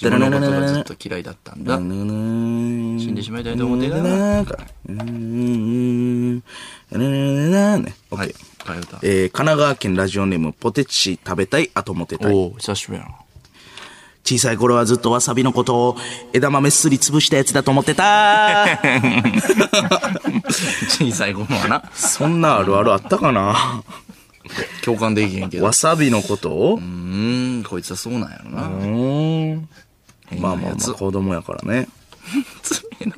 自
ダ
分
ラ
の
ラ
こと
ラララ
が
ラ
ず
ラ
っ
ラ
と。嫌いだったんだ。
死
んでしまいたいと思っていたな
な。うーん。ラララララね。オッ
は
ケ
い
ー。。
替え歌。
えー、神奈川県ラジオネーム、ポテチ食べたい、後モテたい。
おお久しぶりやな。
小さい頃はずっとわさびのことを枝豆すりつぶしたやつだと思って
(laughs)
た。
(laughs) 小さい頃はな。
そんなあるあるあったかな
共感できへんけど。
わさびのことを
うーん、こいつはそうなんやろな。
うん。まあまあま
や
あ、
つ
子供やからね。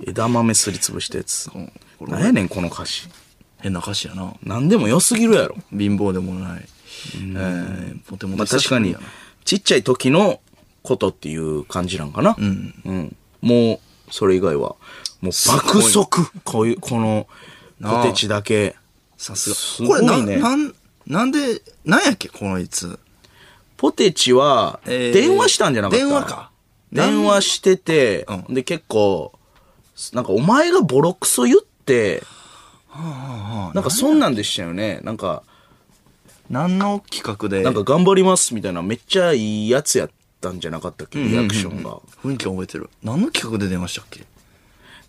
枝豆すりつぶしたやつ
ん。これ
なんやねん、この歌詞。
(laughs) 変な歌詞やな。
なんでも良すぎるやろ。
貧乏でもない。えー、とても
まあ確かに、ちっちゃい時のことっていう感じなんかな。うん。もう、それ以外は、もう爆速。こういう、この、
あ
ポテチだけ。
さす
す
が。
ご
こ
い
れ
ね
な、なん、なんで、なんやっけ、こいつ。
ポテチは、
えー
電話したんじゃなかった
電話か。
電話してて、
う
で、結構、なんかお前がボロクソ言って、なんかそんなんでしたよね。なんか、
何の企画で、
なんか頑張りますみたいな、めっちゃいいやつやったんじゃなかったっけ、リアクションが。
雰囲気覚えてる。何の企画で電話したっけ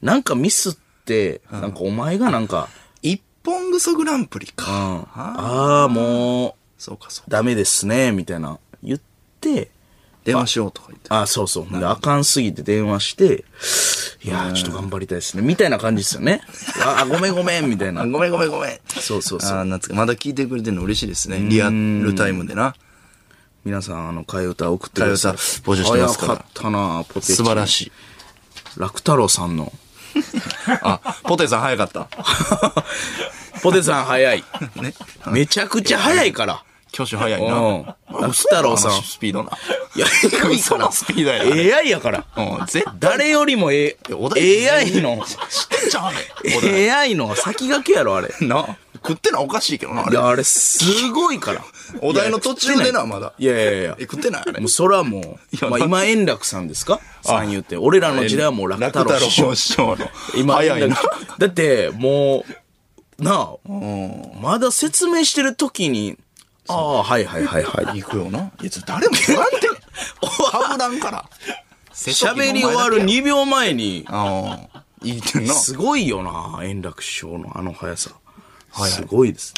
なんかミスって、なんかお前がなんか、
一本ぐそグランプリ
うん、
か。
ああ、も
そうか、そう
う、
か。
ダメですね、みたいな、言って、
電話しようとか言って。
あ、そうそう。で、あかんすぎて電話して、いやー、ちょっと頑張りたいですね。みたいな感じです
(laughs)
よね。あ、あごめんごめん、みたいな
あ、。ごめんごめんごめん。
そうそうそう。
あー懐かまだ聞いてくれてるの嬉しいですね。リアルタイムでな。
皆さん、あの、替え歌送って
替え
くだ
歌
さい。
募集してますから
早かったなポテチ。
素晴らしい。
い。楽太郎さんの。
あ、ポテさん早かった。
ポテさん早い。
(laughs) ね。
めちゃくちゃ早いから。
挙手早い
うん
な。
楽太郎さん
あのスピードな。
いや、えぐいか
嘘
ら
の。スピードやな。
AI やから。
うん、絶対
誰よりもえ、
や小田切
AI の、
知ってんじゃん、あれ。
AI の先駆けやろ、あれ。
な、食ってなおかしいけどな、あ
い
れ。
や、あれ、すごいから。
お題の途中でな、まだ。
いやいやいや
え、。食ってないあれ
もう。それはも
や
う、まあ、今円楽さんですか三遊って。俺らの時代はもう楽太郎師匠。
師匠の。
今円
早い
楽
な。
だって、もう、なあ、まだ説明してる時に、ああ、はいはいはいはい。
行くよな。いや、誰も言わんて。かぶらんから。
喋り終わる2秒前に、
ああ、言ってんな。
すごいよな、円楽師匠のあの速さ。
い
すごいです。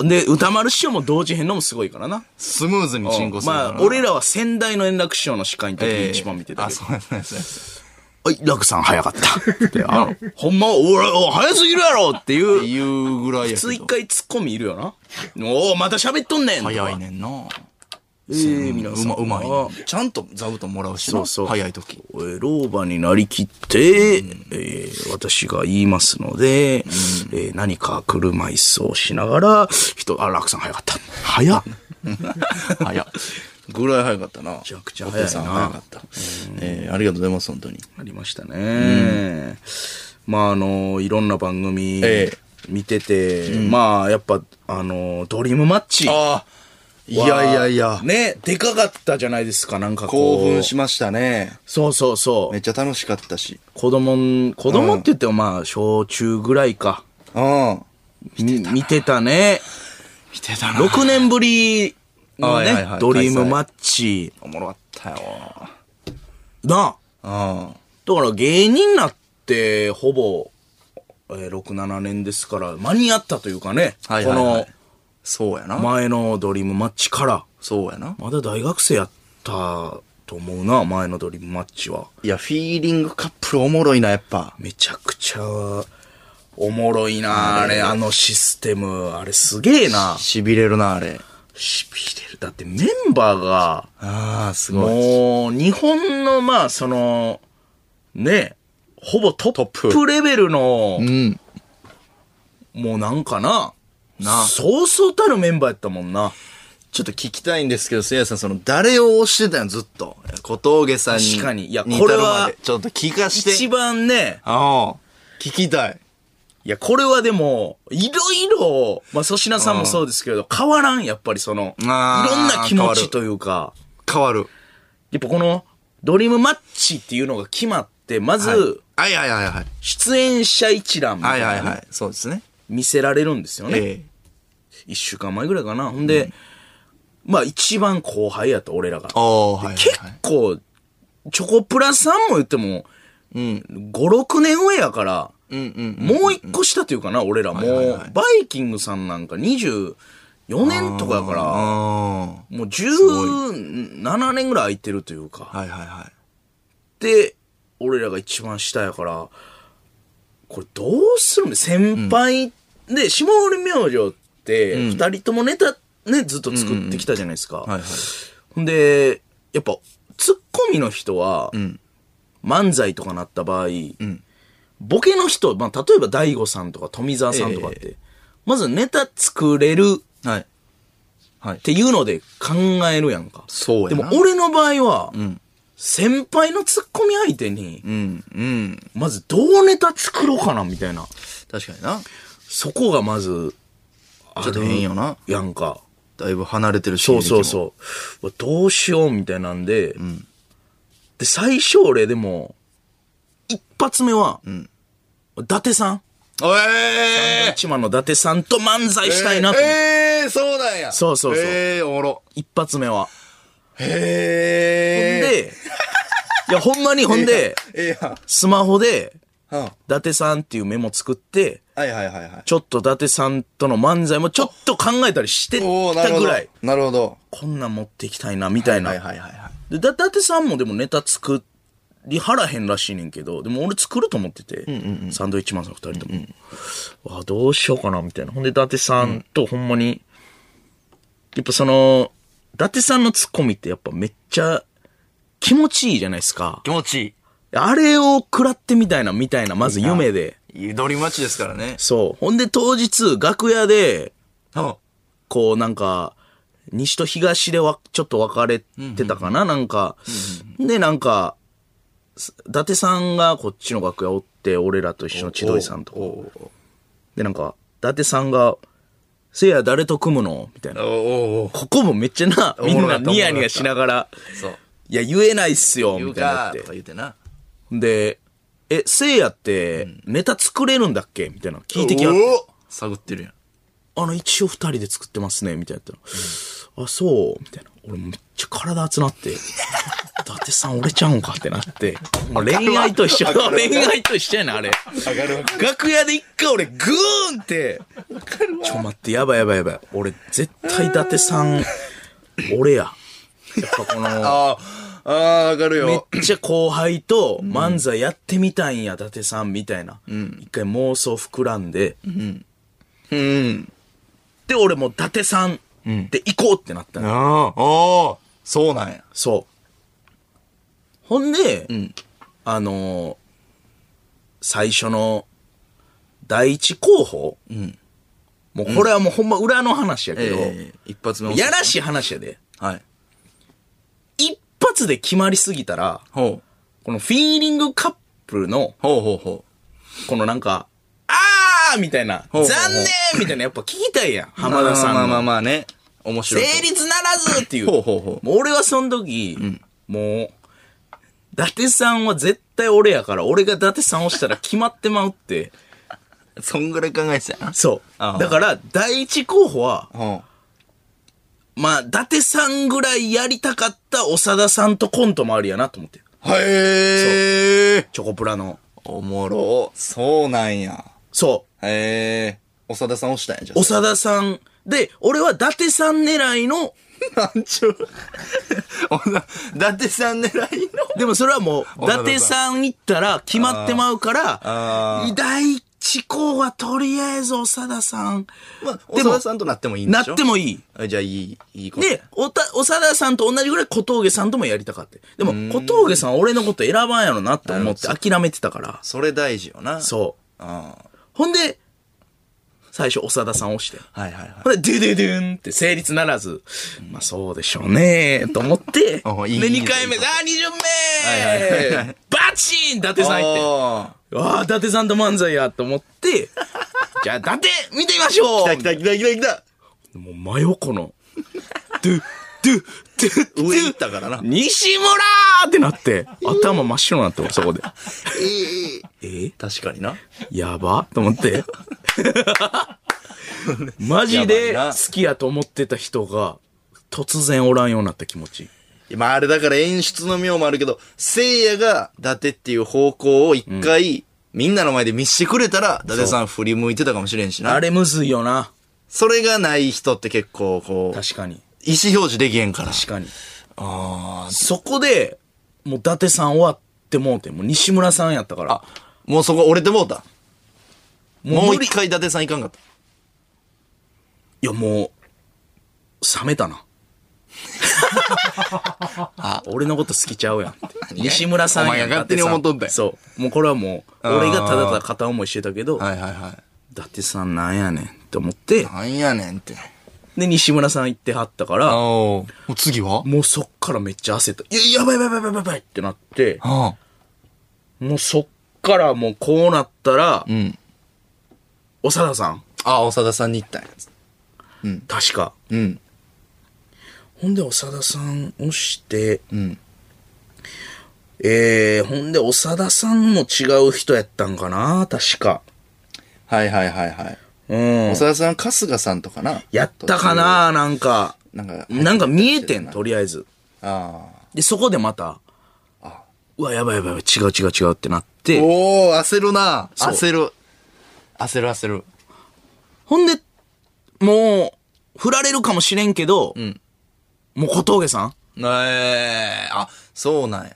で、歌丸師匠も同時編のもすごいからな。
スムーズに進行するからな。
まあ、俺らは先代の円楽師匠の司会の時
え
に
え、
一番見てた
あ、
けど。
そうなんですね。
はい、楽さん早かった。 (laughs) って、あの、ほんま、おらお早すぎるやろっていう、
言うぐらいやけど。
追回ツッコミいるよな。おお、また喋っとんねんとか
早い。ねんな。
えー、皆さん。
うま、うまい
あ
ね。ちゃんと座布団もらうし
そ
な。
うそう。
早い時。
えー。老婆になりきって、えー私が言いますので、えー何か車椅子をしながら、人、あ、楽さん早かった。早っ。
早っ。ぐらい早かったな。め
ちゃくちゃ早いな
さん早かった。えー、ありがとうございます、本当に。
ありましたね。まああのいろんな番組
ええ
見てて、まあやっぱあのドリームマッチは。
ああ、いやいやいや、
ね、でかかったじゃないですか、なんかこう。
興奮しましたね。
そうそうそ
め
う
っ。ちゃ楽しかったし。
子供ん、子供って言ってもまあ、小中ぐらいか。
うん。
み見てたね。
見てたな
6年ぶりの
はいはい
ね
は、い
ドリームマッチ。
おもろかったよ。
なあ。
うん。
だから芸人になって、ほぼ、えー6、7年ですから、間に合ったというかね。
はいはいはい
こ
そうやな。
の前のドリームマッチから。
そうやな。
まだ大学生やったと思うな、前のドリームマッチは。
いや、フィーリングカップルおもろいな、やっぱ。
めちゃくちゃおもろいなあれあのシステムあれすげえな
しびれるな、あれ。
しびれるだってメンバーが
ああ、すごい。
もう日本のまあそのねほぼトッ
プ
プレベルの
うん。
もうなんかな
な
そうそうたるメンバーやったもんな
ちょっと聞きたいんですけど、せいやさん、その、誰を推してたんずっと。小峠さんに。
確かにいや
至るまで
これは
ちょっと聞かして。
一番ね
ああ。聞きたい。
いやこれはでもいろいろまあ粗品さんもそうですけど変わらんやっぱりそのいろん
あー
な気
変わる
持ちというか
変わる。
やっぱこの、ドリームマッチっていうのが決まって、まず、
はいはいはいはい。
出演者一覧み
は
た
い
いな
は
ね、
いはい。そうですね。
見せられるんですよね。
え
一週間前ぐらいかな。ほんで、まあ一番後輩やと、俺らが。
ああ、はいはい
結
はい。
構、チョコプラさんも言っても、5、6年上やから、もう一個下というかな、俺ら。も
はいはいうはい、
バイキングさんなんか24年とかやから、
あ
もう17年ぐらい空いてるというか。
あ。はいはいはい。
で、俺らが一番下やから、これどうするんだ先輩、で、下降り明星って、二人ともネタ、ね、ずっと作ってきたじゃないですか。
はいはい。
ほんで、やっぱ、ツッコミの人は、
ん
漫才とかなった場合、ボケの人、まあ、例えば大悟さんとか富澤さんとかって、まずネタ作れる
はい。
っていうので考えるやんか。
そうやな
でも俺の場合は、先輩のツッコミ相手に、
うん、うん。
まずどうネタ作ろうかなみたいな。
確かにな。
そこがまず、あ
ちょっと変よな
やんか。
だいぶ離れてるし。
そうそうそう。うわどうしようみたいなんで、で、最初俺でも、一発目は、伊達さん、
う。ええ
一番の伊達さんと漫才したいなと思って、
ええ、そうなんや。
そうそうそう
ええ、おもろ。
一発目は。
へ
ほん
え。 (laughs)
で、いや、ほんまにほんで、
ええやん。
スマホで、
は
伊達さんっていうメモ作って、
あはいはいはいはい。 (laughs)
ちょっと伊達さんとの漫才もちょっと考えたりして
おおなる
た
ほ
ぐ
ど
らい。。
なるほど。
こんなん持っていきたいな、みたいな。
はいはいはいはい。
で、だ、伊達さんもでもネタ作りはらへんらしいねんけど、でも俺作ると思ってて、サンドイッチマンさん二人とも。わあどうしようかな、みたいな。ほんで、伊達さんとほんまに、やっぱその、伊達さんのツッコミってやっぱめっちゃ気持ちいいじゃないですか。
気持ち
あれを食らってみたいな、みたいな、まず夢で。
いい。ドリマッチですからね。
そう。ほんで当日、楽屋で、
は
こうなんか、西と東でわ、ちょっと分かれてたかな、なんか。で、なんか、す伊達さんがこっちの楽屋おって、俺らと一緒の千鳥さんとか。
おお
で、なんか、伊達さんが、せいや誰と組むのみたいな。
おお
ここもめっちゃな、
(laughs) お
み
も
ん
ろか
な
った
ニヤニヤしながら、
そう。
いや、言えないっすよ、
言
み
う
たいな
か
って
とか。言うてな。
で、え、せいやって、ネタ作れるんだっけみたいな。聞いてきはって
おお探ってるやん。
あの、一応二人で作ってますね、みたいなやったら、あ、そう、みたいな。俺めっちゃ体熱なって、伊 (laughs) 達さん俺ちゃうんかってなって、もう恋愛と一緒、恋愛と一緒やな、あれ。
上がるわ
楽屋で一回俺グーンって、ちょ待って、やばいやばいやばい。俺絶対伊達さん、俺や。やっぱこの、
ああ、ああ、上がるよ。
めっちゃ後輩と漫才やってみたいんや、伊達さんみたいな。一回妄想膨らんで、
うん。
で、俺もう伊達さんで行こうってなったの
ああ、おおそうなんや。
そう。ほんで、あのー最初の第一候補、もうこれはもうほんま裏の話やけど、
ええ、一発目
やら
し
しい話やで。
はい。
一発で決まりすぎたら、
ほう。
このフィーリングカップルの、
ほうほうほ
このなんか、あーみたいな、
ほうほうほう
残念みたいな、やっぱ聞きたいやん。
う。
浜田さんの。
まあまあまあね。面白い。
成立ならずっていう。
ほうほうほう
もう俺はその時、もう、伊達さんは絶対俺やから、俺が伊達さんをしたら決まってまうって。
そんぐらい考えてたやな。
そう
あ。あ
だから、第一候補は、
ほ
まあ、伊達さんぐらいやりたかった長田さんとコントもありやなと思って。
う。へえ。
チョコプラの。
おもろ。そうなんや。
そ
へえ。長田さん押したんや、じゃ
う。長田さん。で、俺は伊達さん狙い (laughs) の、
あ。なんちゅう。伊達さん狙いの。
でもそれはもう、
長
伊
田さん
達さん行ったら決まってまうから
あ、
第一候補はとりあえず長田さん。
まあ、
でも
長田さんとなってもいいんで
な
しょ
ってもいい。
も。じゃあ、いい、いいこと。
で、おた、長田さんと同じぐらい小峠さんともやりたかって。でも、小峠さんは俺のこと選ばんやろなって思って諦めてたから。
それ大事よな。う。
そう。ほんで、最初、長田さん押して。
はいはいはい。
ほんで、ドゥドゥドゥンって成立ならず、まあそうでしょうねと思って、
(laughs)
で、
おいいいい
2回目、あー、2巡
はいはいはい
目バチーン伊達さん入って。
あ
ああ、伊達さんと漫才やと
(laughs)
思って、じゃあ伊達見てみましょう
あ。来た来た来た来た来た。
もう真横の、ドゥ、ドトゥ、トゥ、トゥ
上行ったからな
西村ーってなって、頭真っ白になって俺そこで。
(laughs) えー確かにな。
やばと
(laughs)
思って。マジで
やばいな
好きやと思ってた人が、突然おらんようになった気持ち。
まああれだから演出の妙もあるけど、聖夜が伊達っていう方向を一回、みんなの前で見してくれたら、伊達さん振り向いてたかもしれんし
あ
な。
れむずいよな。
それがない人って結構こう、
確かに。
意思表示できへんから。
確かに。そこで、もう伊達さん終わってもうて、もう西村さんやったから
あ。、もうそこ折れてもうた。もう
無理
一回伊達さんいかんかった。
いや、もう、冷めた
(laughs)
な。俺のこと好きちゃうやんって。西村さんやん
お前が勝手に思っとったよ
そう。もうこれはもう、俺がただただ片思いしてたけど、
いはいはい。
伊達さんなんやねんって思って、
なんやねんって。
で、西村さん行ってはったから、
おお次は
もうそっからめっちゃ焦った。いや、やばいやばいやばいやばいってなって、
あ
もうそっからもうこうなったら、
ん
長田さん
あ、長田さんに行ったんやつ。
確か。
うん。
ほんで、長田さんをして、
ん
えー、ほんで、長田さんも違う人やったんかな確か。
はいはいはいはい。
うん。
長田さん、春日さんとかな。
やったかななんか、
なんか、
なんか見えてん、とりあえず。
あ
で、そこでまた、うわ、やばいやばいやばい、違う違う違うってなっ
あ。
て、
おお焦るな。
そう
焦る。焦る焦る。
ほんで、もう、振られるかもしれんけど、
ん
もう小峠さん
ええあ、そうなんや。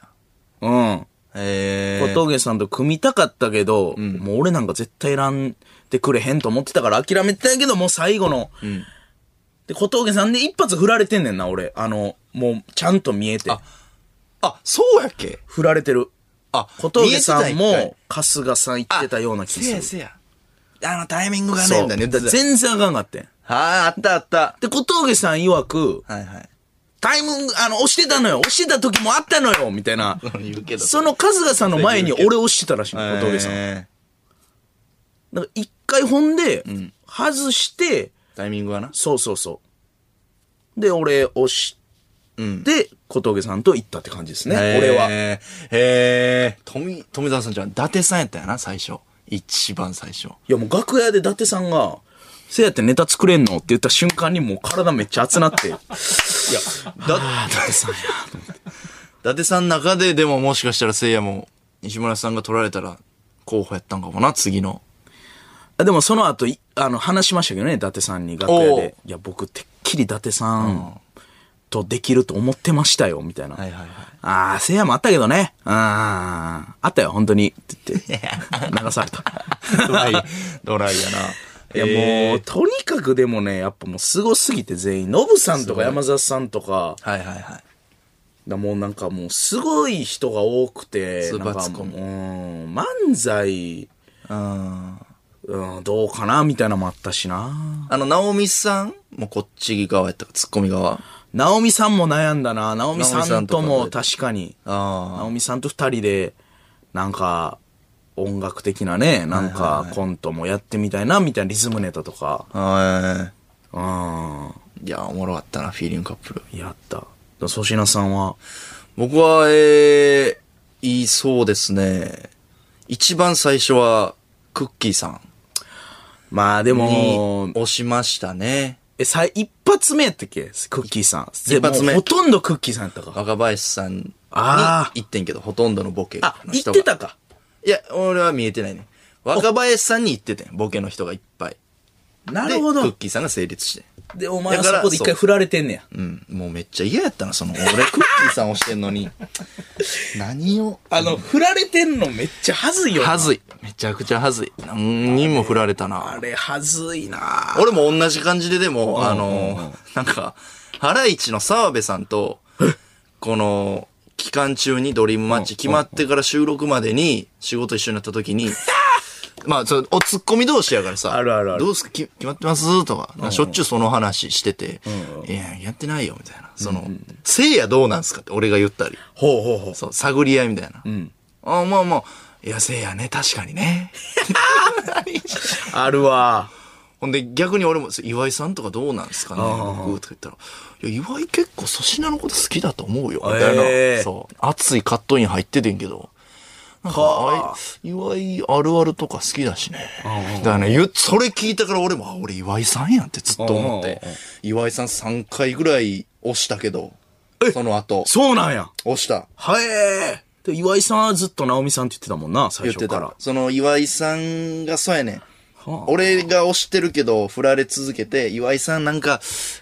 うん。
ええ
小峠さんと組みたかったけど、
ん
もう俺なんか絶対選んでくれへんと思ってたから諦めてたけど、もう最後の、
ん
で、小峠さんで一発振られてんねんな、俺。あの、もうちゃんと見えて。
ああ、そうやっけ
振られてる。
あ、
小峠さん
見えてた一
も、春日さん言ってたような気
回せや
する。
せや。あのタイミングがね、
そう。
みたいな言
だから
ってた
全然あかんかってん。
ああ、あったあった。
で、小峠さん曰く、
はいはい。
タイム、あの、押してたのよ押してた時もあったのよみたいな。
言うけど。
その春日さんの前に俺押してたらしいの、
小
小峠さん。
ん。
だから一回ほんで、外して、
タイミングはな。
そうそうそう。で、俺押して、小峠さんと行ったって感じですね。俺は。
へーへえ。富、富澤さんじゃん。伊達さんやったよな、最初。一番最初。
いやもう楽屋で伊達さんが、せやってネタ作れんのって言った瞬間にもう体めっちゃ熱なって。いや、だ、伊達さんや。
伊達さんの中ででももしかしたら聖夜も西村さんが取られたら候補やったんかもな次の
あでもその後、いあの、話しましたけどね、伊達さんに楽屋
おう
で。いや、僕、てっきり伊達さんとできると思ってましたよ、みたいな。
はいはい
ああ、せいやもあったけどね。ああ、あったよ、本当に。って言って、流された。
ドライ (laughs) ドライや
い
な
や
いや
も
も
う、とにかくでもね、やっぱもうすごすぎて全員、ノブさんとか山里さんとか、
はいはいはい
だもうなんかもうすごい人が多くて、
スー
な
パ
ん
ー
か
ツッ
も
コ
う、
ミ
うん、漫才、
うん
うん、どうかなみたいなのもあったしな。
あの直美さんもこっち側やったかツッコミ側
ナオミさんも悩んだな。ナオミさ
ナオミさ
ん
んと
と
か
も確かに、ナ
あ
オミさんと二人で、なんか、音楽的なね、なんかコントもやってみたいな、みたいなリズムネタとか、
あは
うん、
いいやおもろかったなフィーリングカップル
やった。だから粗品さんは、
僕はえー、言いそうですね一番最初はクッキーさん
まあでも
に、押しましたね
え、さ、一発目やったっけクッキーさん。一
発目
ほとんどクッキーさんやったか。
若林さんに
あー
行ってんけどほとんどのボケ
あ、
の
言
人
っ
が
てたか。
いや、俺は見えてないね。若林さんに言っててん、ボケの人がいっぱい。
な
な
るほ
クッ
ど。
キーさんが成立して
で、お前
だ
は
か
そ
ら
こで一回
そう
振られてんねや。
うん。もうめっちゃ嫌やったな、その、俺クッキーさんをしてんの
(laughs)
に。何を。
あの、振られてんのめっちゃはずいよな。
はずい。めちゃくちゃはずい。何人も振られた
あ
な。
れ、はずいな
俺も同じ感じででも、あの、なんか、ハライチの澤部さんと、この、期間中にドリームマッチ決まってから収録までに仕事一緒になった時に、 (laughs) まあ、それおツッコミ同士やからさ、
あるあるある
どうすかき決まってますとか、しょっちゅうその話してて、いや、やってないよ、みたいな。その、せいやどうなんすかって俺が言ったり、
ほうほうほう。
そう、探り合いみたいな。あまあまあ、いや、せいやね、確かにね。
あるわ。
ほんで逆に俺も、岩井さんとかどうなんですかね
あー
僕とか言ったら、いや、岩井結構粗品のこと好きだと思うよ、みたいな。
えー
そう。熱いカットイン入っててんけど。なんか
はあ
あい岩井あるあるとか好きだしね。だからね、言うそれ聞いたから俺も、あ、俺岩井さんやんってずっと思って
うんうんうん。
岩井さん3回ぐらい押したけど
え、
その後、
そうなんや。
押した。
はえー。で、岩井さんはずっと直美さんって言ってたもんな、最
言っ
初
て
から。
た。その岩井さんがそうやねん。
はあ
俺が推してるけど、振られ続けて、岩井さんなんか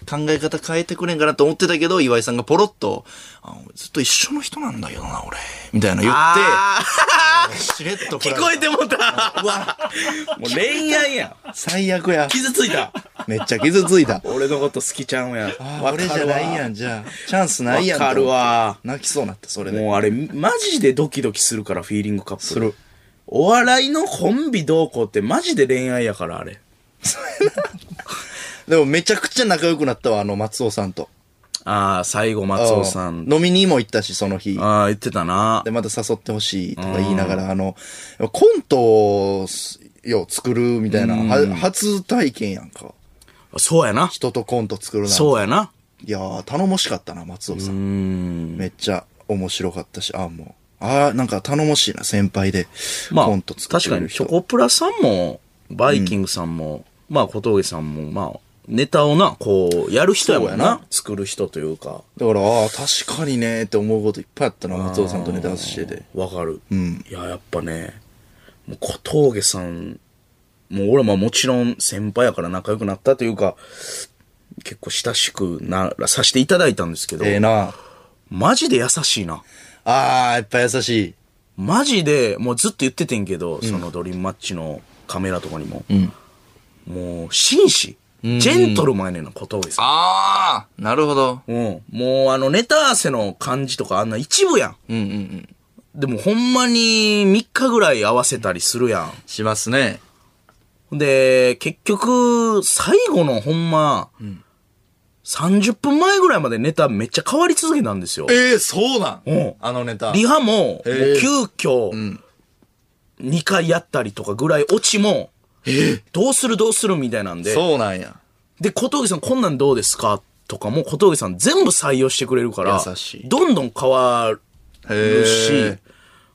考え方変えてくれんかなと思ってたけど、岩井さんがポロッと、あずっと一緒の人なんだけどな、俺。みたいなの言っ
あ
て、しれっと振
ー
られ
聞こえてもうた。うわ。もう恋愛やん。
最悪や。
傷ついた。
めっちゃ傷ついた。
(laughs) 俺のこと好きちゃうんや。
あ
わか
俺
る
じ
わ
ゃないやん、じゃあ。チャンスないやん。
わかる。わ。
泣きそうになった、それで。
もうあれ、マジでドキドキするから、フィーリングカップル。
する。
お笑いのコンビ同行ってマジで恋愛やから、あれ。
でもめちゃくちゃ仲良くなったわ、あの、松尾さんと。
ああ、最後、松尾さん。
う飲みにも行ったし、その日。
ああ、言ってたな
で、。また誘ってほしいとか言いながら、あの、コントを作るみたいな、は初体験やんか。
そうやな。
人とコント作るなんて
そうやな。
いやー、頼もしかったな、松尾さん。
うん。
めっちゃ面白かったし、あーもう。ああ、なんか頼もしいな、先輩で。
まあ、
コント作って
確か
る
に、チ
人
ョコプラさんも、バイキングさんも、まあ、小峠さんも、まあ、ネタをな、こう、やる人やもん
そうや
な。作る人というか。
だから、ああ、確かにねーって思うこといっぱいあったな、松尾さんとネタ合わせしてて。
わかる。いや、やっぱね、もう小峠さん、もう俺はまあもちろん先輩やから仲良くなったというか、結構親しくならさせていただいたんですけど、
ええな。
マジで優しいな。
ああ、やっぱ優しい。
マジで、もうずっと言っててんけど、そのドリームマッチのカメラとかにも。もう、紳士。ジェントルマンやねんな、小峠さん。
ああ、なるほど。
うん。もうあの、ネタ合わせの感じとかあんな一部やん。
うんうんうん。
でもほんまに3日ぐらい合わせたりするやん。
しますね。
で、結局、最後のほんま、30分前ぐらいまでネタめっちゃ変わり続けたんですよ。
ええそうなん
うん
あのネタ。
リハも、もう
へえ
急遽、2回やったりとかぐらい、オチも、どうするどうするみたいなんで、
そうなんや。
で、小峠さんこんなんどうですかとかも小峠さん全部採用してくれるから
優し、い
どんどん変わる
へ
し
え、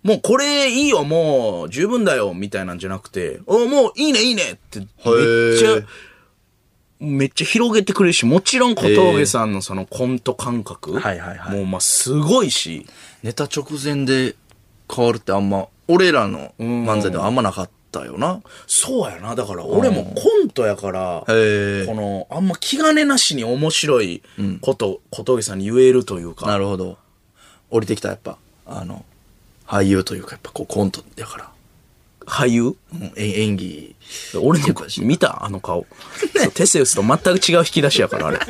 もうこれいいよ、もう十分だよ、みたいなんじゃなくて、おもういいね、いいねって、めっち
へ
ゃ
え、
めっちゃ広げてくれるし、もちろん小峠さんのそのコント感覚、
はいはいはい
もうまあすごいし、
ネタ直前で変わるってあんま、俺らの漫才ではあんまなかったよな。
そうやな、だから俺もコントやから、
へえ
この、あんま気兼ねなしに面白いこと、小峠さんに言えるというか
な、るほど。降りてきた、やっぱ、あの、俳優というか、やっぱこうコントやから。
俳優
うん、え演技。
俺の見たあの
(laughs)
顔。そうテセウスと全く違う引き出しやから、あれ。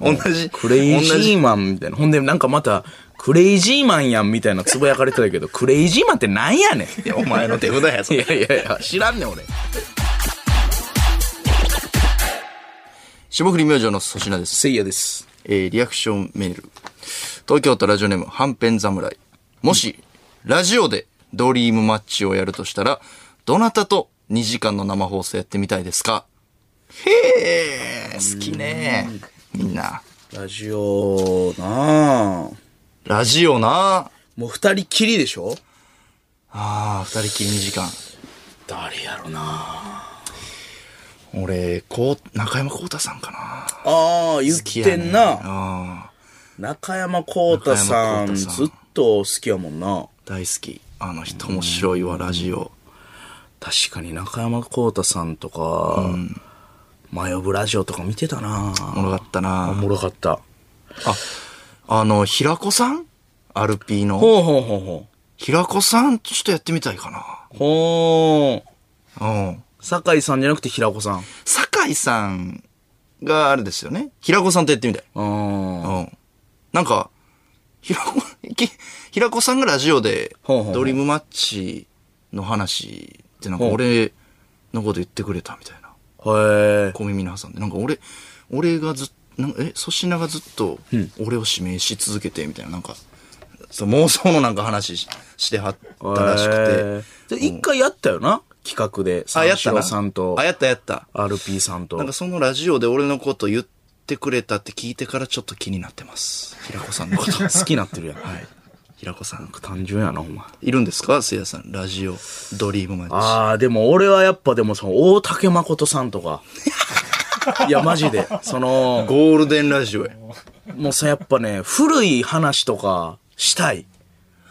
同じ。
クレイジ
同じ
ーマンみたいな。ほんで、なんかまた、クレイジーマンやんみたいなつぶやかれてたけど、クレイジーマンってなんやね
い
ん。
やお前の手札や、そ
(laughs) い
れ
やいやいや、知らんねん、俺。
霜降り明星の粗品です。
せいやです。
えー、リアクションメール。東京都ラジオネーム、はんぺん侍。もし、ラジオでドリームマッチをやるとしたら、どなたと2時間の生放送やってみたいですかへえ、好きねみんな。
ラジオなあ
ラジオな
もう二人きりでしょ
ああ、二人きり2時間。
誰やろな
俺、こう、中山幸太さんかな。
ああ、言っ
好きや
て
ね
んな。
ああ、
中山幸太
中
さん、
山浩
ず
太さん
っと好きやもんな。
大好き。あの人面白いわ、ラジオ。
確かに中山幸太さんとか、マヨブラジオとか見てたな
おもろかった
お
な
もろかった。
あの、平子さんアルピーの。
ほうほうほうほ
平子さん、ちょっとやってみたいか
う。ほう。
な。うん。
酒井さんじゃなくて平子さん。
酒井さんがあれですよね。平子さんとやってみたい。う
あ
ん。なんか、平子、き平子さんがラジオで、
ほうほうほう
ドリームマッチの話ってなんか
ほう
俺のこと言ってくれたみたいな。
あ。へえ。
小耳に挟んで。なんか俺、俺がずっなんかえ、粗品がずっと俺を指名し続けてみたいな、なんか、そう妄想のなんか話ししてはったらしくて。
て。で、一回やったよな。企画で、
あ、や
三
った
四
な。
郎さんと
あ、、やったやった。
RP さんと
なん、かそのラジオで俺のこと言ってくれたって聞いてからちょっと気になってます。平子さんの (laughs) こと。
好きになってるやん。
はい。平子さん。
単純やな、お前。
いるんですかせいやさん。ラジオ、ドリームマジック
ああ、でも俺はやっぱでもその、大竹誠さんと
(laughs)
か。いや、マジで。その、
ゴールデンラジオや。
もうさ、やっぱね、古い話とかしたい。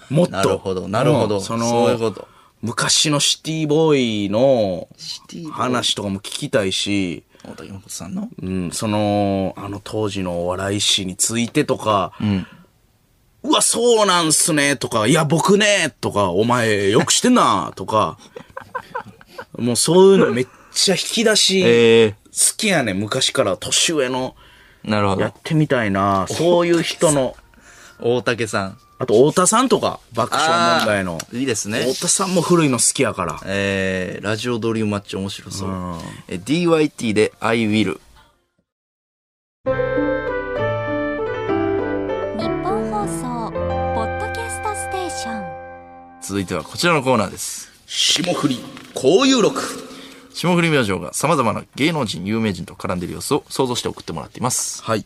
もっと。
なるほどなるほど
うんその、
そういうこと
昔のシティボーイの
ティボーイ
話とかも聞きたいし、
大竹誠さんの。
うん、その、あの当時のお笑い史についてとか、うわ、そうなんすね、とか、いや、僕ね、とか、お前、よくしてんな、 (laughs) とか、もうそういうのめっちゃ引き出し、
え
好きやねん、昔から、年上の、
ー、なるほ
やっ。てみたいな、そういう人の、
大竹さん。
あと、太田さんとか、爆笑問題の。
あーいいですね
太田さんも古いの好きやから。
えー、ラジオドリームマッチ面白そう。
うん
え DYT で I will。
日本放送ポッドキャストステーション
続いてはこちらのコーナーです。
霜降り、交友録。
霜降り明星が様々な芸能人、有名人と絡んでいる様子を想像して送ってもらっています。
はい。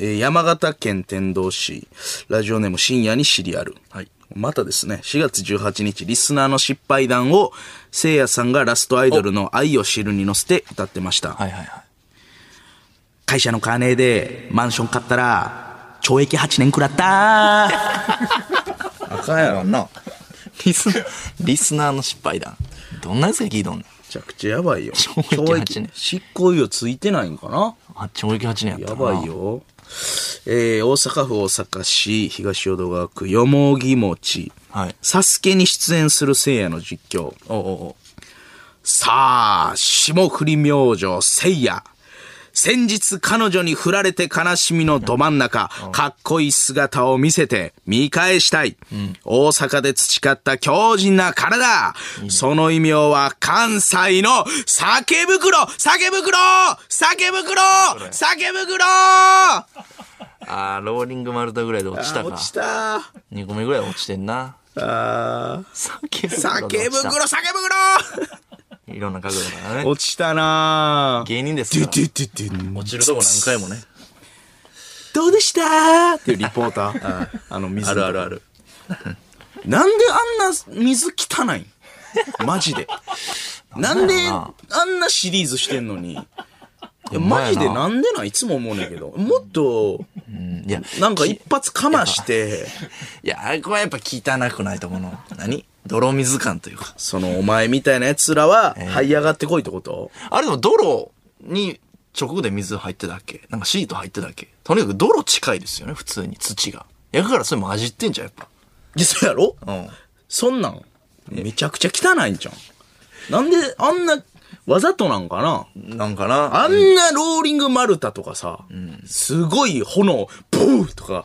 えー山形県天童市、ラジオネーム深夜にシリアル。
はい。
またですね、4月18日、リスナーの失敗談を、せいやさんがラストアイドルの愛を知るに乗せて歌ってました。
はいはいはい。
会社の金でマンション買ったら、懲役8年食ら
(laughs)
ったーあかんやろ。め
な。リス、リスナーの失敗談。どんなやつが聞いとんねん。
ちゃくちゃやばいよ。
懲役8年
執行猶予ついてないんかな
あ、懲役8年やった
や
な。
ばい。よ。えー、大阪府大阪市東淀川区よもぎ餅。
はい
サスケに出演する聖夜の実況。
おうおうおう
さあ、霜降り明星聖夜。先日彼女に振られて悲しみのど真ん中、かっこいい姿を見せて見返したい。大阪で培った強靭な体。その異名は関西の酒袋酒袋酒袋酒袋
あー、ローリングマルタぐらいで落ちたか。
落ちた
2個目ぐらい落ちてんな。
あー
酒袋
酒
で落ちた
袋酒袋
いろんな角度からね。
落ちたなぁ。
芸人です
ドゥ
から
ド。ゥドゥドゥン
落ちるとこ何回もね。
どうでしたーっていうリポーター。あの水。
あるあるある。。
なんであんな水汚いんマジで。なんであんなシリーズしてんのに。いやマジでなんでないいつも思うねんけど。もっと、
うんいや、
なんか一発かまして、
いや、あれはやっぱ汚くないと思うの。何泥水感というか。
そのお前みたいな奴らは、這い上がってこいってこと
あれでも泥に直で水入ってたっけなんかシート入ってたっけとにかく泥近いですよね、普通に土が。やからそれ混じってんじゃん、やっ
いや、そうやろ
ぱ。うん。
そんなん、めちゃくちゃ汚いんじゃん。なんであんな、わざとなんかな
なんかな。
あんなローリング丸太とかさ、すごい炎、ブーとか、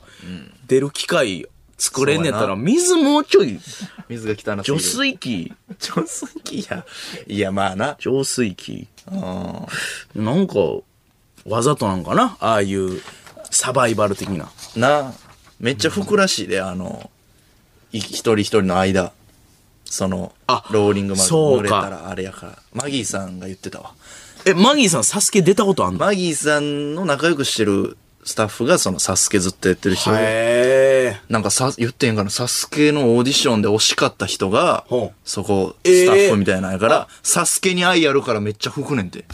出る機械作れんねやった
そう
ら、
や
水もうちょい、
水が汚すぎ
除
る。
水器、
除水器や。いや、まあな。
浄水器。
うん。
なんか、わざとなんかなああいう、サバイバル的な。
な。めっちゃ服らしいで、あの、い一人一人の間。その、
あ
ローリングまで
そう
濡
か
れたらあれやから。マギーさんが言ってたわ。
え、マギーさん、サスケ出たことあんの
マギーさんの仲良くしてるスタッフが、その、サスケずっとやってる人で
へえ。
なんかさ、言ってんかな、サスケのオーディションで惜しかった人が
ほう、
そこ、
ええ
スタッフみたいなんやから、サスケに愛あるからめっちゃ吹くねんて。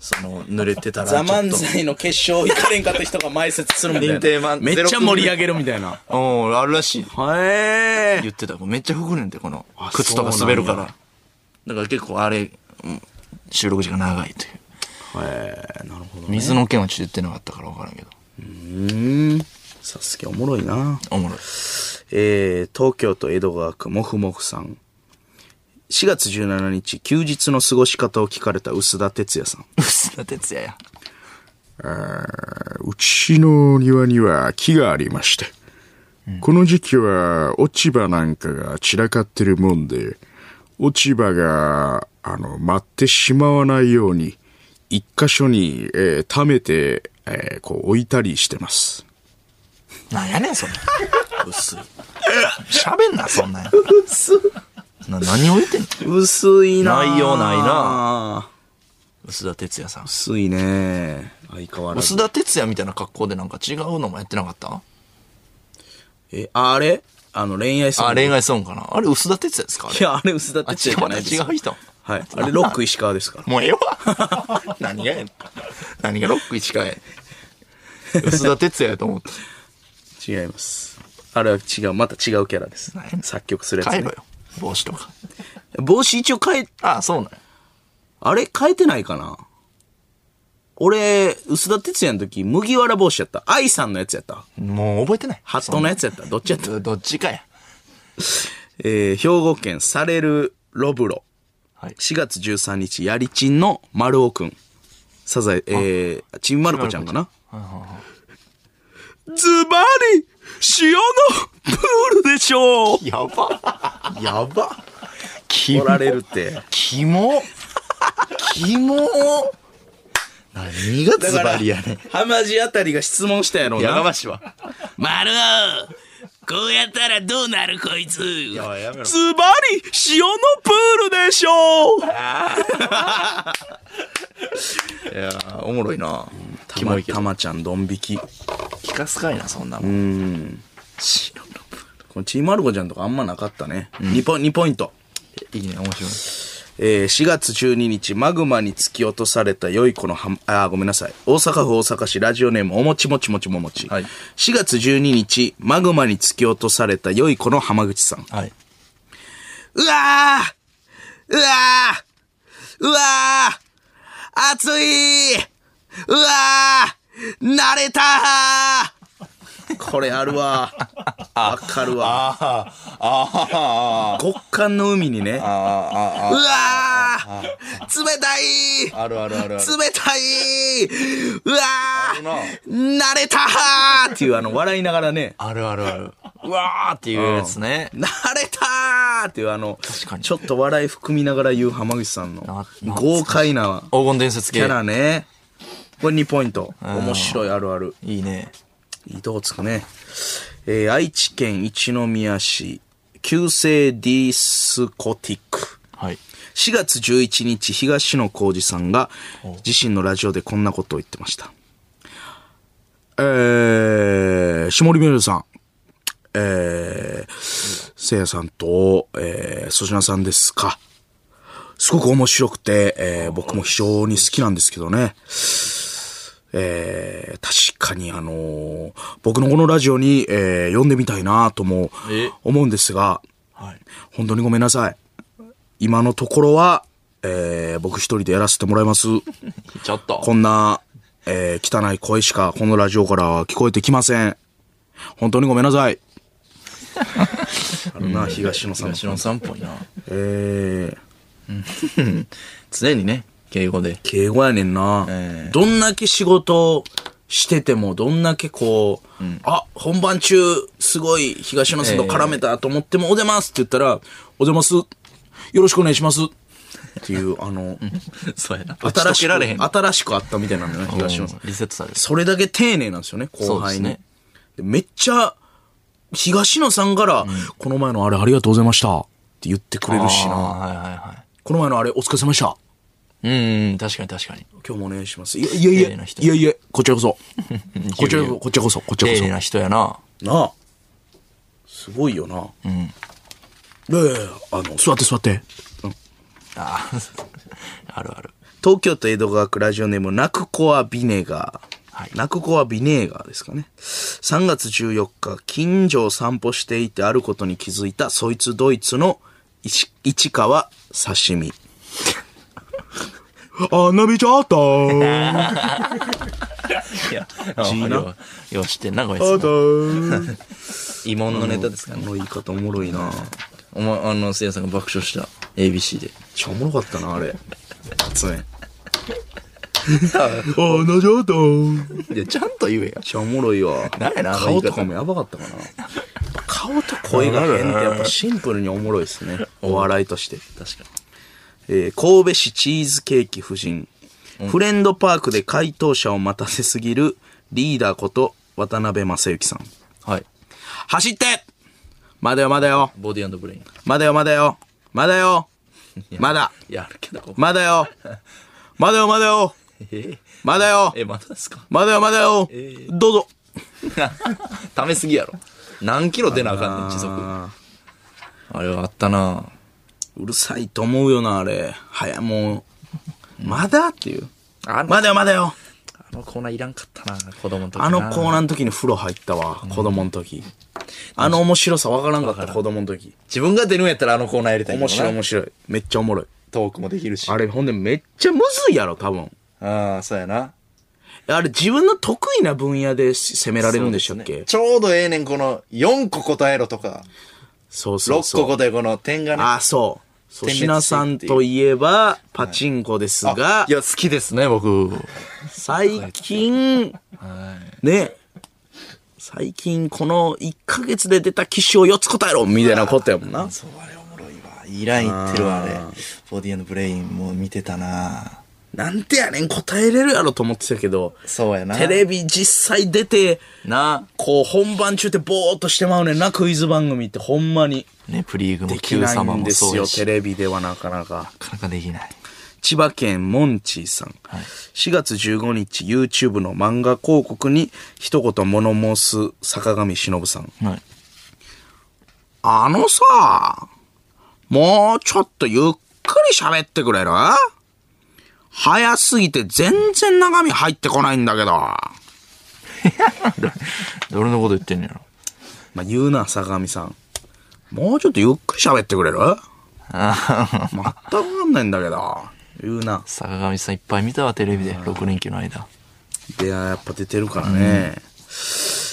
その、濡れてたらちょ
ザ・
っと。
漫才の決勝行かれんかった人が前説するみたいな。
認定マン
めっちゃ盛り上げるみたいな。
うん、あるらしい。
へえ。
言ってた。めっちゃ吹くねんて、この
あ、
靴とか滑るか
そうなん
ら。だから結構あれ、うん収録時間長いという。
へえ、なるほどね。
水の件はちょっと言ってなかったから分からんけど。
うん。サスケおもろいな。
おもろい。
えー東京都江戸川区もふもふさん。4月17日、休日の過ごし方を聞かれた薄田哲也さん。
薄田哲也や。
うちの庭には木がありまして、この時期は落ち葉なんかが散らかってるもんで、落ち葉が、あの、舞ってしまわないように、一箇所に、えー溜めて、えーこう置いたりしてます。
なんやねん、 (laughs) そんな。 (laughs) 薄い。喋んな、そんなんや。な、何を言ってんの
薄いな
内容ない
な
薄田哲也さん。
薄いね相変わらず
薄田哲也みたいな格好でなんか違うのもやってなかった
えあれあの恋愛ソング
あ、恋愛ソングかな。あれ薄田哲也ですかあれ
いやあれ薄田
あ、
哲
違
也
う、
じゃ
ま
な
た
いです
違う人。
はいあれロック石川ですから
もうええわ。 (laughs) 何がやねん。何がロック1かや。薄田哲也やと思った。
違いますあれは違うまた違うキャラです
何やねん
作曲するやつ、
帰
ね、
ろよ。帽子とか。
帽子一応変え
あ、そうなんや
あれ変えてないかな俺、薄田哲也の時、麦わら帽子やった。愛さんのやつやった。
もう覚えてない。
ハットのやつやった。どっちやった (laughs)
どどっちかや。
えー、兵庫県されるロブロ。
はい。
4月13日、やりちんの丸尾くん。サザエ、えー、ちんまる子ちゃんかな。ズバリ、塩のプールでし
(laughs)
ょう
やば。
やば。
キ
おられるって。
キモ。キモ。 (laughs) 何がズバリやねん。
浜地あたりが質問したやろうな。
やがましいわ。
丸尾こうやったらどうなるこいつズバ
ややめろ
リ塩のプールでしょう
いやーおもろいな。
たまたまちゃんドン引きこ
聞かすかいな、そんなもん。
のちーまる子ちゃんとかあんまなかったね、2, ポ2ポイント、
いいね、面白い。
えー、4月12日マグマに突き落とされた良い子のはあーごめんなさい大阪府大阪市ラジオネームおもちもちもちももち、
はい
4月12日マグマに突き落とされた良い子の浜口さん
はい。
うわーうわーうわー暑いうわー慣れたーこれあるわ。わかるわ。
ああ、あ
極寒の海にね。う
あ、
わ
ああ、
ー冷たい
あるあるあるある。
冷たいうわ
るな
ー慣れたーっていうあの笑いながらね。
あるあるある。うわーっていうやつね。
慣れたーっていうあの、
確かに
ちょっと笑い含みながら言う浜口さんの
な
豪快な
黄金伝説
キ
系
ャ。ラね。これ2ポイント。
ん
面白いあるある。
いいね。
いいとこつくね。えー愛知県一宮市、旧制ディスコティック。
はい。
4月11日、東野幸治さんが自身のラジオでこんなことを言ってました。えー、下森美桜さん、えー、せいやさんと、えー、粗品さんですか。すごく面白くて、えー、僕も非常に好きなんですけどね。えー、確かにあのー僕のこのラジオに、えー、呼んでみたいなとも
え
思うんですが、
はい。
本当にごめんなさい。今のところは、えー、僕一人でやらせてもらいます。
ちょっと。
こんな、えー、汚い声しかこのラジオからは聞こえてきません。本当にごめんなさい。あるな、東野さんの。
東野さんっぽいな。
えー、
常にね、敬語で。
敬語やねんな、
ええ
どんだけ仕事してても、どんだけこう、あ、本番中、すごい東野さんと絡めたと思っても、おでますって言ったら、おでます。よろしくお願いします。っていう、あの、
そうやな。
新
新
し
し
く、
られへん。
新しくあったみたいなのね、東野さん。
リセットされる。
それだけ丁寧なんですよね、後輩に。
そうですね
でめっちゃ、東野さんから、この前のあれありがとうございました。って言ってくれるしな。
はいはいは
この前のあれお疲れ様でした。
い。うん、確かに確かに。
今日もお願いします。いやいやいや、
丁寧な人
いやいや、こちら
(laughs)
こそ。こちらこそ、こちらこそ、こちらこ
丁
そ
寧。な人やな。
なあ。すごいよな。うん。ええ、あの、座って座って。
あ (laughs) あ、あるある。
東京都江戸川区ラジオネーム、泣く子はビネガー。
はい
泣く子はビネガーですかね。3月14日、近所を散歩していてあることに気づいた、そいつドイツの市市川刺身。あ、なびちゃったー。
(laughs)
いや、
ーナ
ようよう知ってんな、こい
あ
つ。
ー
疑問のネタですから
こ
ね。
の言い方おもろいな。
お前、あの、せいやさんが爆笑した ABC で。
めっちゃおもろかったな、あれ。熱
(laughs)
い。ああ、なじゃった。めっ
いや、ちゃんと言えよ。
ちゃおもろいわ。
何やねんあの言い
顔
方
とかもやばかったかな。顔と声が変ってやっぱシンプルにおもろいですね。お笑いとして。
確かに。
えー神戸市チーズケーキ夫人、フレンドパークで回答者を待たせすぎるリーダーこと渡辺正行さん。
はい。
走ってまだよまだよ
ボディブレイン。
まだよまだよまだよまだ。
いや、あるけど。
まだよ。まだよ、まだよ。
え
まだよ。
え、まだですか
まだよ、まだよ。どうぞ。
ためすぎやろ。何キロ出なあかんねん、時速。あれはあったな
うるさいと思うよな、あれ。早もう。まだっていう。
あの、
まだよ、まだよ。
あのコーナーいらんかったな子供の時な
あのコーナーの時に風呂入ったわ、子供の時。あの面白さわからんかった、子供の時。
自分が出るんやったらあのコーナーやりたいけどな
面白い、面白い。めっちゃおもろい。
トークもできるし。
あれ、ほんでめっちゃむずいやろ、多分。
ああ、そうやな。
あれ、自分の得意な分野で攻められるんでしたっけ
ちょうどええねん、この4個答えろとか、
そうそう
6
そう。
個答え、この点がね。
あ、そう。粗
点滅
品さんといえば、パチンコですが
い、や、好きですね、僕。
最近、ね、最近この1ヶ月で出た機種を4つ答えろみたいなことやもんな。
そう、あれおもろいわ。いいラインいってるわ、あれ。ボディアンブレインも見てたな。
なんてやねん答えれるやろと思ってたけど、
そうやな。
テレビ実際出て、
な
こう本番中ってぼーっとしてまうねんな、クイズ番組ってほんまに。
ね、プリーグも
でき
Q
な
様
いん
も
で
そ
す
うや
よ、
し
テレビではなかなか。
なかなかできない。
千葉県モンチーさん。4月15日 YouTube の漫画広告に一言物申す坂上忍さん。
はい。
あのさ、もうちょっとゆっくり喋ってくれる早すぎて全然中身入ってこないんだけど。
俺のこと言ってんねやろ。
まあ、言うな、坂上さん。もうちょっとゆっくり喋ってくれる
あ
全くわかんないんだけど。言うな。
坂上さんいっぱい見たわ、テレビで。6連休の間。
で、やっぱ出てるからね。えー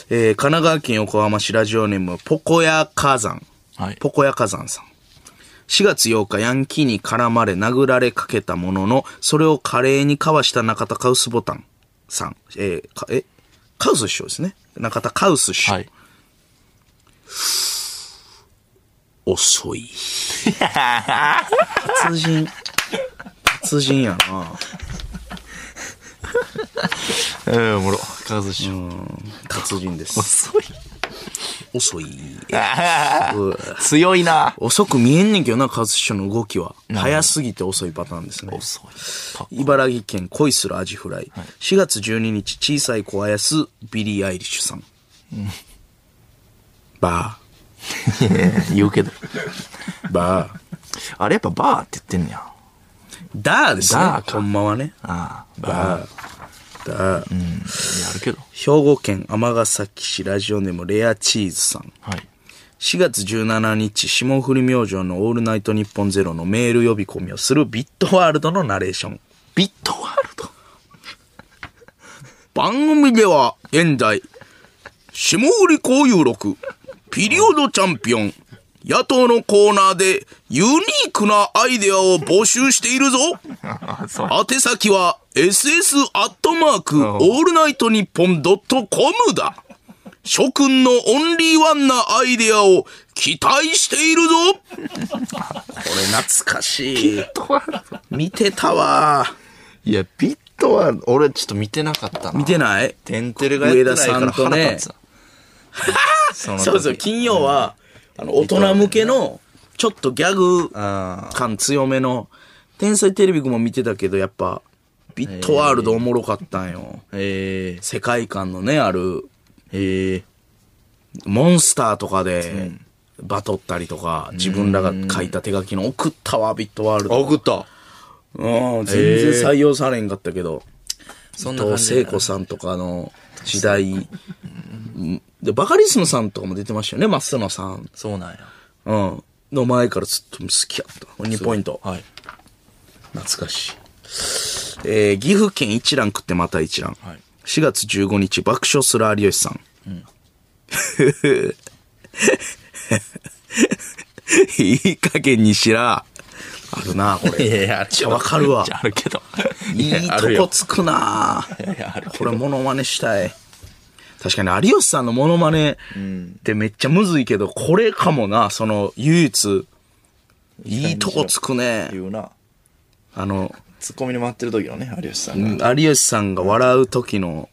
神奈川県横浜市ラジオネーム、ポコヤ火山。
はい。
ポコヤ火山さん。4月8日、ヤンキーに絡まれ殴られかけたものの、それを華麗にかわした中田カウスボタンさん。えーかえカウス師匠ですね。中田カウス師匠。
はい。
遅い。達人。達人やな。
ええ、おもろ。カズシ
達人です。
遅い。
遅い。
強いな。
遅く見えんねんけどな、カウス師匠の動きは。早すぎて遅いパターンですね。
遅い。
茨城県恋するアジフライ、4月12日小さい子あやすビリー・アイリッシュさん、バ
言うけど。
ーバー
あれやっぱバーって言ってんねや。
ダーですね
ダーか
ほんまはね
ああ、
バーダー、
やるけど。
兵庫県尼崎市ラジオネームレアチーズさん
はい。
4月17日霜降り明星の「オールナイトニッポンゼロのメール呼び込みをするビットワールドのナレーション
ビットワールド。
番組では現在霜降り交友録ピリオドチャンピオン野党のコーナーでユニークなアイデアを募集しているぞ宛先は ss アットマークオールナイトニッポンドットコムだ諸君のオンリーワンなアイデアを期待しているぞこれ懐かしい見てたわ
いや、ビットワールド、俺ちょっと見てなかったな。
見てない
テンテレがやってないから
上田さんと
腹
ね
立つわ。そ (laughs) の時
そうそう、金曜は、あの、大人向けの、ちょっとギャグ感強めの、天才テレビくんも見てたけど、やっぱ、ビットワールドおもろかったんよ。
え
世界観のね、ある、
えええ
モンスターとかで、バトったりとか、自分らが書いた手書きの送ったわ、ビットワールド。
送った。
うん、全然採用されんかったけど、
そん
伊
な感
藤
じだ
聖
な
子さんとかの時代、うんで、バカリズムさんとかも出てましたよね、松野さん
そうなんや。
うん。の前からずっと好きやった。2ポイント。
はい。
懐かしい。えー、岐阜県一覧食ってまた一覧。
はい
4月15日、爆笑する有吉さん。 (laughs) いい加減にしら。あるな、これ。
いやいや、あるけど
わかるわ
じゃああるけど。
いい
やあ
と
る
こ
よ
つくない
やいやあるけ
こ
ど
れモノマネしたい。確かに有吉さんのモノマネってめっちゃむずいけど、これかもな、その唯一、いいとこつくね。
言うな。
あの、
ツッコミに回ってる時のね、有吉さんが。
有吉さんが笑う時の、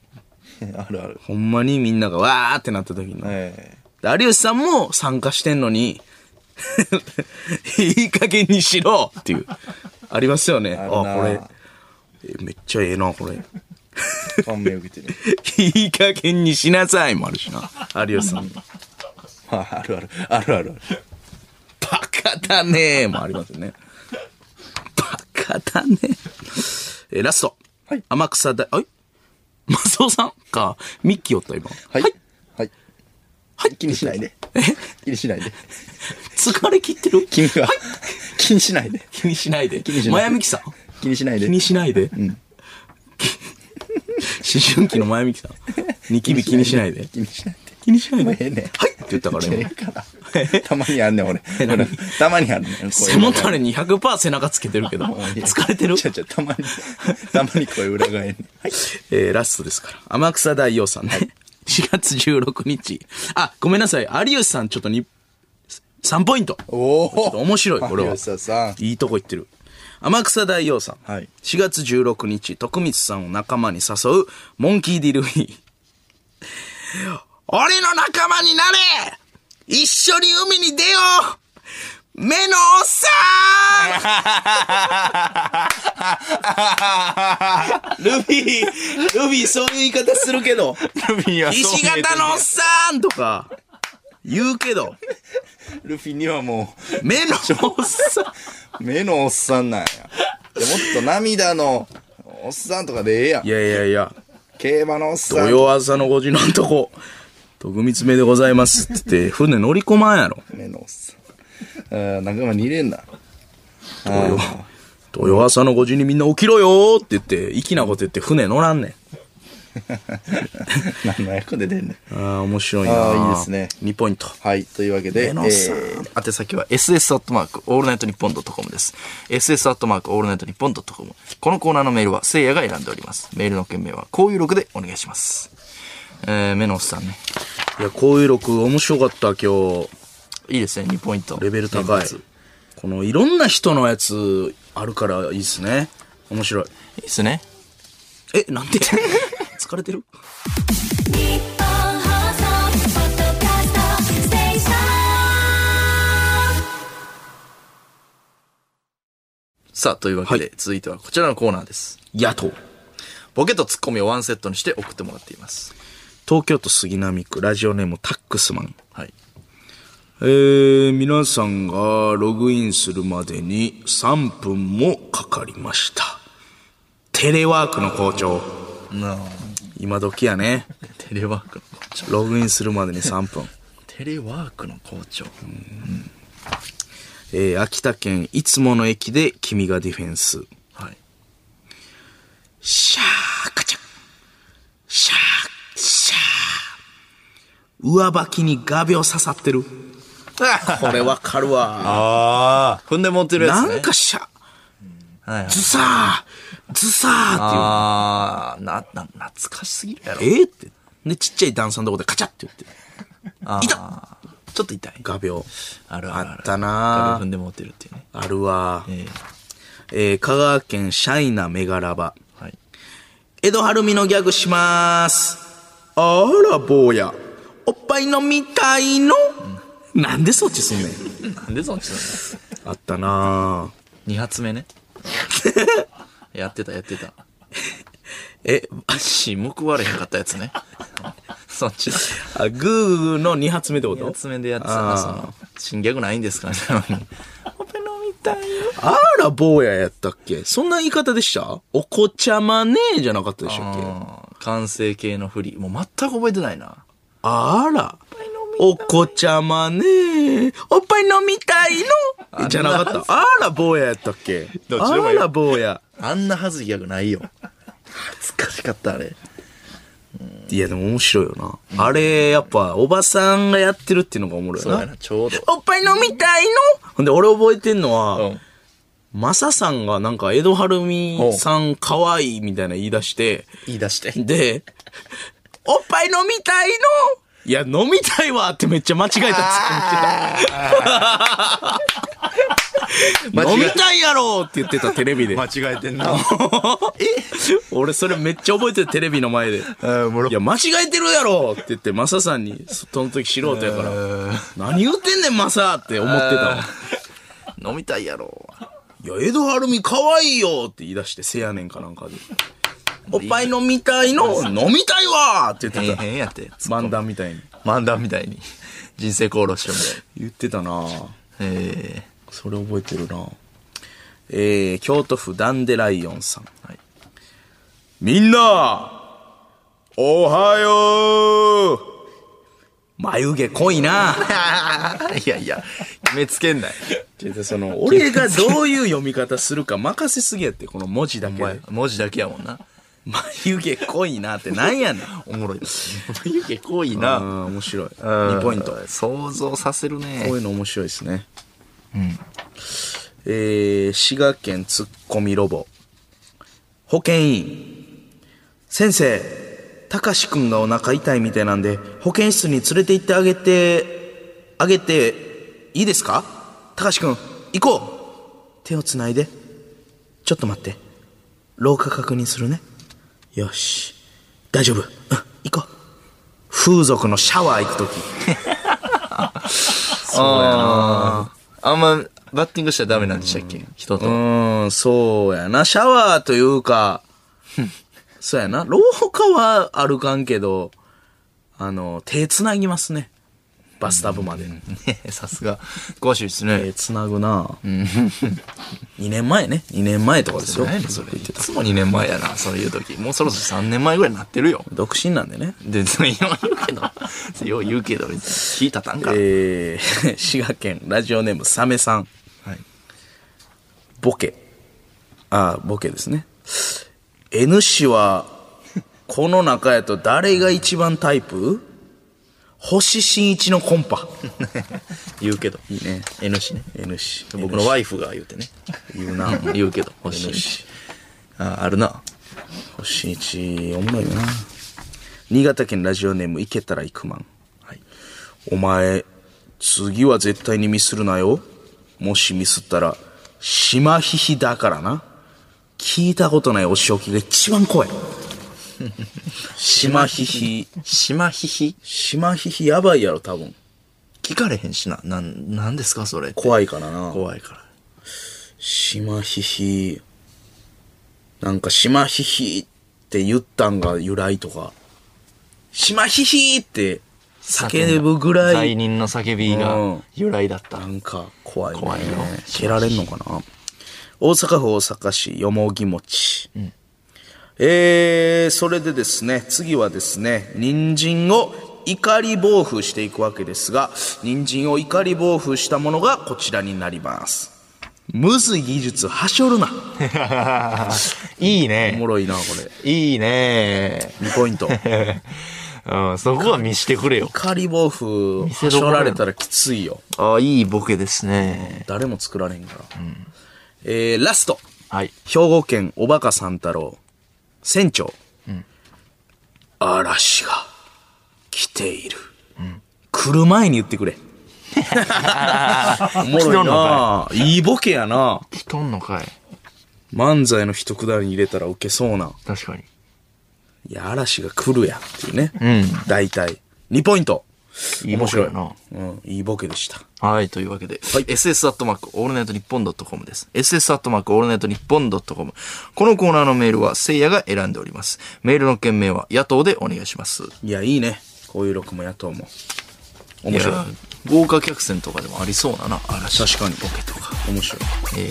あるある。
ほんまにみんながわーってなった時の。
え
で有吉さんも参加してんのに、 (laughs) いい加減にしろっていう。ありますよね。あ
る
こ
な
れ。えめっちゃええな、これ。
感銘受け
(laughs)
てる。
いい加減にしなさいもあるしな。有吉さんの。
まあ、あるある。あるある。
バカだねーもありますよね。バカだねえーラスト。
はい
天草大、あいマスオさんか。ミッキーおった、今。
はい。はい。
はい。
気にしないで。気にしないで。
疲れ切ってる
君は、気にしないで。
気にしないで。
にしない
マヤミキさん
気にしないで。
気にしないで。思春期のマヤミキさん。ニキビ気にしないで。
気にしないで。
気にしないで。
も
は
う
い
ええねん
って言ったから
え
今。
えから。たまにあん
(laughs)
ねん、俺。俺たまにあんねん。
背もた
れ
れに100%背中つけてるけど、疲れてる
ちゃちゃ、たまに、 (laughs) たまに声裏返んねん。
えーラストですから。天草大王さんね。4月16日。あ、ごめんなさい。有吉さん、ちょっとに、3ポイント。
お
ちょっと
お
面白い、これは
有。吉さん。
いいとこ行ってる。天草大王さん。
はい
4月16日、徳光さんを仲間に誘う、モンキー・ディルフィー。 (laughs) 俺の仲間になれ一緒に海に出よう目のおっさん (laughs) ルビー、ルビーそういう言い方するけど、
ルフィはそう
(laughs) (laughs) 石
見えて
形
る
のおっさんとか、言うけど、
ルフィにはも
目のおっさん。
う、目のおっさんなんや。でもっと涙の、おっさんとかでええやん
い。やいやいや。
競馬のおっさ
土
ん。
曜朝の5時のとこ、徳光めでございますって言って、船乗り込まんやろ。
目のおっさん。あー仲間に入れんな。あー
土曜朝の5時にみんな起きろよーって言って、粋なこと言って船乗らんねん。
何の役で出んねん。
ああ、面白いなー
あーいいですね
2ポイント。
はい、というわけで、
レノさ
え
ん
ー
宛先は ss アットマークオールナイトニッポンドットコムです。ss アットマークオールナイトニッポンドットコム。このコーナーのメールはせいやが選んでおります。メールの件名はこういう録でお願いします。えー、メノスさんね。
いや、こういう録面白かった、今日。
いいですね、2ポイント。
レベル高い
連発い。
このいろんな人のやつあるからいいっすね。面白い。
いですね。
え、なんで (laughs) 疲れ
(laughs)
てる
日本放送ポッドキャストステーション
さあ、というわけで、
はい
続いてはこちらのコーナーです。
野党。
ボケとツッコミをワンセットにして送ってもらっています。
東京都杉並区、ラジオネームタックスマン。
はい。
えー、皆さんがログインするまでに3分もかかりました。テレワークの好調。
なあ、
今時やね。
テレワークの校長。
ログインするまでに3分。
(laughs) テレワークの校長。
えー、秋田県いつもの駅で君がディフェンス。
はい。
シャーカチャシャー、シャー。上履きに画鋲刺さってる。これわか
(laughs)
るわ。
ああ。踏んで持ってるやつ
な
ね。
んかシャ、
はいはい、
ズサー、ズサーっていう。
ああ、な、な、懐かしすぎるやろ。
えーって。で、ちっちゃい段差のとこでカチャって言って。
ちょっと痛い。
画鋲。
あるあるある。
あったなあ
踏んで持ってるっていうね。
あるわ。
ええ
えー、香川県シャイナメガラバ。
はい。
江戸晴美のギャグしまーす。あら、坊や。おっぱい飲みたいの、なんでそっちすんね
(laughs)
ん。
なんでそっちな
あったなあ
の二発目ね。やってたやってた。
え、
足報われへんかったやつね。 (laughs) そっちだ。
あ、グーグーグーの2発目ってこ
二
と
発目でやってた
あ
な、
ー
その、新ギャグないんですかね。オペ飲みたいよ。
(laughs) あら、坊ややったっけそんな言い方でしたお子ちゃまねえじゃなかったでしたっけ
うん完成形の振り。もう全く覚えてないな。
あら、お子ちゃまねえ。おっぱい飲みたいのじゃなかった。あら、坊ややったっけ
どっちでも
あ
いいよ
ら、坊や。
あんなはずいギャグないよ。懐かしかった、あれ。
いや、でも面白いよな。あれ、やっぱ、おばさんがやってるっていうのがおもろい
そうや
よ
な、
な。
ちょうど。
おっぱい飲みたいのほんで、俺覚えてんの
う
は、
ん。
マサさんがなんか、江戸晴美さん可愛いみたいな言い出して、
言い出して。
で、おっぱい飲みたいのいや、 (laughs) 飲みたいわってめっちゃ間違えたツッコミして
間違
飲
え
みたいやろって言ってたテレビで。
間違えてん
(laughs)
な。
俺それめっちゃ覚えてるテレビの前で。い
あーもろ
や、間違えてるやろって言って、マサさんに、その時素人やから、何言ってんねん、マサって思ってたわ。
飲みたいやろ。
いや、江戸晴美可愛いよって言い出して、せやねんかなんかで。おっぱい飲みたいの、飲みたいわーって言
変
ってた。
変やって。
漫談みたいに。
(laughs)
漫談みたいに。人生功労してみたいに。
言ってたなぁ
(laughs)
え
それ覚えてるなえー、京都府ダンデライオンさん。
はい
みんな、おはよう眉毛濃いな
ー、いやいや、決めつけんない。
(laughs) ちょっとその、俺がどういう読み方するか任せすぎやって、この文字だけ
お前
で。
文字だけやもんな。
眉毛濃いなってなんやねん。
おもろい。眉毛濃い
(laughs) あ
な。
ー面白い。
2
2ポイント。こ
想像させるね。
ういうの面白いですね。えー、滋賀県ツッコミロボ。保健委員。先生、たかしくんがお腹痛いみたいなんで、保健室に連れて行ってあげて、あげて、いいですかたかしくん、行こう手をつないで。ちょっと待って。廊下確認するね。よし。大丈夫。うん、行こう。風俗のシャワー行くとき。
あんま、バッティングしたらダメなんでしたっけ人 (laughs)
う
と。
ーん、そうやな。シャワーというか、そうやな。廊下は歩かんけど、あの、手つなぎますね。バスタブまで。
ねさすが。詳しいですね
手。つなぐな2年前ね。2年前とかですよ。
何やねんそれ。いつも2年前やな、そういう時。もうそろそろ3年前ぐらいになってるよ。
独身なんでね。
(laughs) で、それよう言うけど、それよう言うけど、別に聞いたたんから。
えー、 (laughs) 滋賀県ラジオネームサメさん。
はい
ボケ。ああ、ボケですね。N 氏は、この中やと誰が一番タイプ星新一のコンパ。
言うけど。
いいね。
N 氏ね。
N 氏。
僕のワイフが言うてね。
言うな。
言うけど、欲し
N
いし。
氏。
あ、あるな。
星一、おもろいよな。新潟県ラジオネーム、いけたらいくまん。お前、次は絶対にミスるなよ。もしミスったら、シマヒヒだからな。聞いたことないお仕置きが一
(laughs)
番怖い。シマヒヒ。
しまひひ
シマヒヒやばいやろ、多分。
聞かれへんしな。なん、なんですか、それ。
怖いからな。
怖いから。
シマヒヒ。なんか、シマヒヒって言ったんが由来とか。シマヒヒって叫ぶぐら
罪
い、
人の叫び
う
が
ん
由来だった
な。んか怖い、ね。
怖いよ
蹴られんのかな大阪府大阪市よもぎ餅。えー、それでですね、次はですね、人参を怒り暴風していくわけですが、人参を怒り暴風したものがこちらになります。むずい技術はしょるな。
(laughs) いい
お
ね
も。ろいな、こ
いいね。 (laughs)
れ。2ポイント。
うん、そこは見してくれよ。
仮防風、
店ど
はし
こ
ょ
やの
られたらきついよ。
あ、いいボケですね。
誰も作られんから。えー、ラスト。
はい。
兵庫県おばか三太郎。船長。嵐が来ている。来る前に言って
(laughs)
くれ。おもろいな。いいボケやな。
来とんのかい。
漫才の一くだりに入れたらウケそうな。
確かに。
いや、嵐が来るやっていうね。
ん
大体。2ポイント。
いいボケやな。
うん、いいボケでした。
はい、というわけで、SS アットマークオールナイトニッポンドットコムです。SS アットマークオールナイトニッポンドットコム。このコーナーのメールは聖夜が選んでおります。メールの件名は野党でお願いします。
いや、いいね。こういう録もやと思う。面白い。
い。豪華客船とかでもありそうなな、嵐。
確かに
ボケとか。
面白い。
え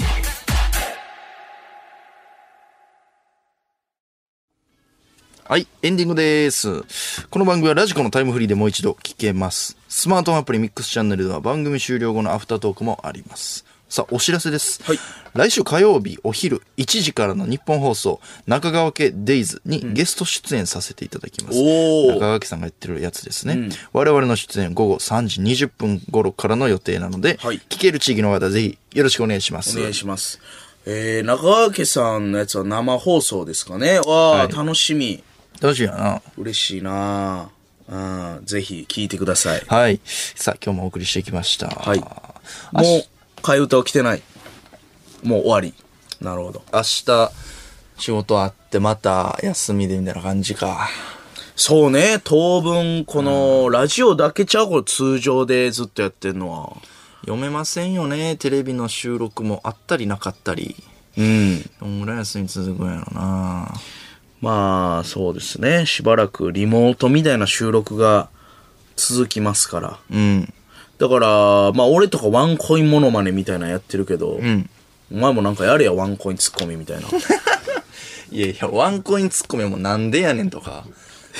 ーはい、エンディングです。この番組はラジコのタイムフリーでもう一度聞けます。スマートフォンアプリミックスチャンネルでは番組終了後のアフタートークもあります。さあ、お知らせです。
はい
来週火曜日お昼1時からの日本放送、中川家デイズにゲスト出演させていただきます。
おー
中川家さんがやってるやつですね。我々の出演午後3時20分頃からの予定なので、
はい
聞ける地域の方ぜひよろしくお願いします。
お願いします。えー、中川家さんのやつは生放送ですかね。わあ、
い
楽しみ。
楽しいやな。
嬉しいなあうん、ぜひ聞いてください。
はい。さあ、今日もお送りしてきました。はい
もう、替え歌は来てない。もう終わり。なるほど。
明日、仕事あって、また休みでみたいな感じか。
そうね、当分、この、ラジオだけちゃうこれ通常でずっとやってんのは。
読めませんよね。テレビの収録もあったりなかったり。
うん。
どんぐらい休み続くんやろな。
まあ、そうですね。しばらくリモートみたいな収録が続きますから。
うん。
だから、まあ、俺とかワンコインモノマネみたいなのやってるけど、
ん
お前もなんかやれや、ワンコインツッコミみた
(laughs)
いな。
いやいや、ワンコインツッコミもなんでやねんとか、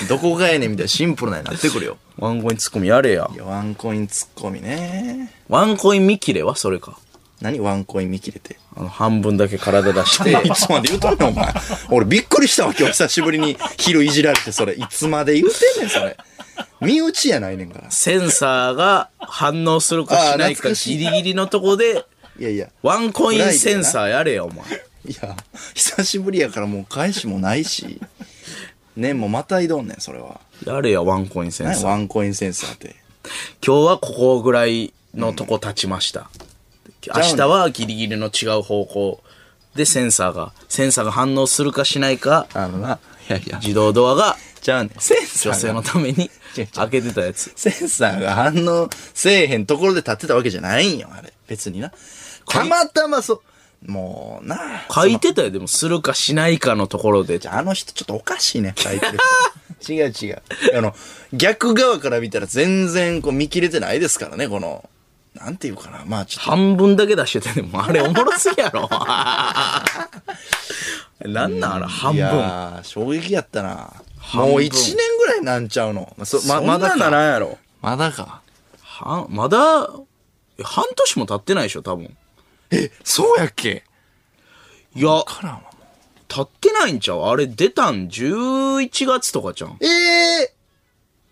どこがやねんみたいなシンプルなになってくるよ。
ワンコインツッコミやれや
い。や、ワンコインツッコミね。
ワンコイン見切れはそれか。
何ワンコイン見切れて。
あの、半分だけ体出して。
(laughs)
いつまで言うとんねん、お前。
俺びっくりしたわ、今日久しぶりに昼いじられて、それ。いつまで言うてんねん、それ。身内やないねんから。
センサーが反応するかしない
あー懐
か
かし
ギ
い
リギリのとこで、
いやいや。
ワンコインセンサーやれや、お前。
いや、久しぶりやからもう返しもないし。ね、もうまた挑んねん、それは。
やれや、ワンコインセン
何
サー。
ワンコインセンサーって。
今日はここぐらいのとこ立ちました。明日はギリギリの違う方向でセンサーが、センサーが反応するかしないか、
あのな、いやいや、
自動ドアが
じゃあね、センサ
女性
ー
の
が、
ために開けてたやつ。
センサーが反応せえへんところで立ってたわけじゃないんよ、あれ。別にな。たまたまそう、もうな
書いてたよ、でもするかしないかのところで。
あの人ちょっとおかしいね、書いてる人。違う違う。あの、逆側から見たら全然こう見切れてないですからね、この、なんていうかな、まあちょっと。
半分だけ出してて、でもあれおもろすぎ
(laughs)
やろ。なんなんあれ、半
い
分。
やー、衝撃やったな。もう1年ぐらいなんちゃうの。まあそま
ま、ま
まだ
だ
か
ならんやろ。
まだか。
は、まだ、え半年も経ってないでしょ、多分。
そうやっけ
いや、
カラーは
経ってないんちゃうあれ出たん11月とかじゃん。
ええー、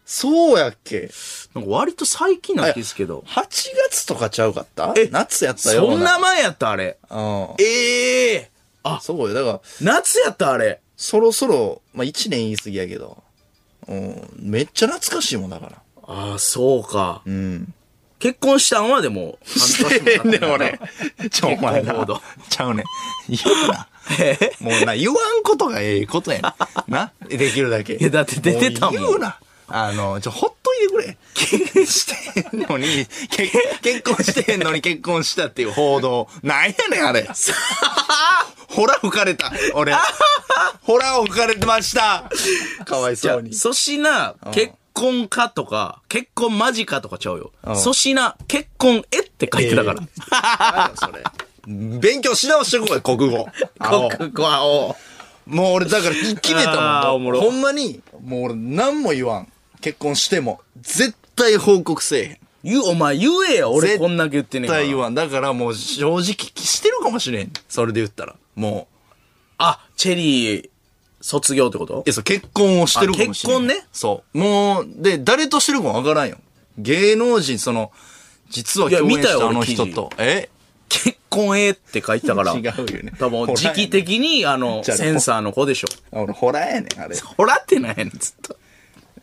そうやっけ
なんか割と最近な気ですけど。
?8 月とかちゃうかった
え
夏やったよ
そ
うん
な前やったあれ。
うん。
ええ
あ、そうよ。だから、
夏やったあれ。
そろそろ、まあ1年言い過ぎやけど、うん、めっちゃ懐かしいもんだから。
ああ、そうか。
うん。
結婚したんはでも、
(laughs) してんねん、俺。ちょ、お前な
結婚報道。
ちゃうねん。言うな。もうな、言わんことがええことやね
(laughs)
ん。な。できるだけ。
いやだって出てたもん
う言うな。あの、ちょ、ほっといてくれ。結婚してんのに、結結婚してんのに結婚したっていう報道。なんやねん、
(laughs)
あれ。ほら、吹かれた。俺。ほら、吹かれてました。かわい
じゃ
そう
あ
に。
粗品、結婚かとか、結婚間近とかちゃうよ。粗品、結婚えって書いてたから。
それ。勉強し直してこい、国語。
国語はおう
もう俺だから決め
あー
た
お
もんも
も
う。
ろ
ほんまに、もう俺何も言わん。結婚しても。絶対報告せえへん。
言う、お前言えよ、俺
絶
こんだけ言ってねえ
絶
から
対言わん。だからもう正直してるかもしれん。それで言ったら。も
あ、チェリー、卒業ってこ
う。
と
いや、そう、結婚をしてるかもしれん。
あ結婚ね
そう。もう、で、誰としてるかもわからんよ。芸能人、その、実はい
や
共演し
見た
た
よ
あの
俺記事
人と。え
結婚えって書いてたから。
違うよね
多分、時期的に、あの、
じゃあ
センサーの子でしょ。
あ俺、ホラーやねん、あれ。
ほらってないやねん、ずっと。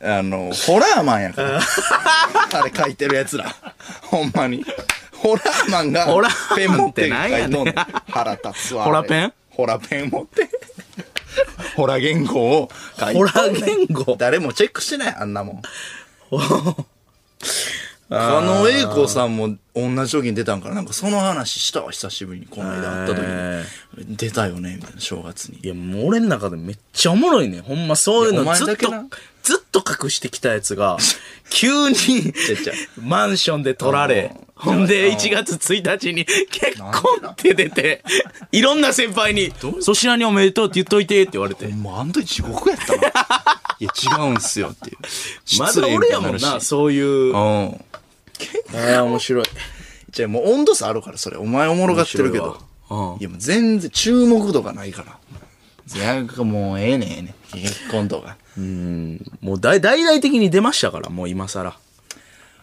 あの、ホラーマンやから。あれ書いてるやつら。ほんまに。ホラーマンが、
ホラーマン
ペン持って
ってなん
書
や
い
ね
と
ん
んねん。腹立つわ。
ホラ
あれ
ペン
ホラペン持って。ホラ言語を書いとんねん
ホラ言語
誰もチェックしてない、あんな
(laughs)
もん。加納栄子さんも同じ時に出たんから、なんかその話したわ、久しぶりに。この間会った時に。出たよね、みたいな、正月に。
いや、もう俺の中でめっちゃおもろいねん。ほんまそういう
いや
の
お前
ずっ
だけ
と
な、
ずっと隠してきたやつ (laughs) が、急に
ちゃ、
マンションで取られ、ほんで1月1日に結婚って出て、いろんな先輩に、粗品におめでとうって言っといてって言われて。
もうあん時地獄やったな。 (laughs) いや、違うんすよって (laughs) いう。
まだ俺やも
失礼み
ん
たいに
な、
るし
そういう。
うん。
えー、面白い。
じゃあもう温度差あるから、それ。お前おもろがってるけど
面。白いわうん
いやもう全然注目度がないから。いや、もうええねんええねん。結婚とか。
もう大大々的に出ましたから、もう今更。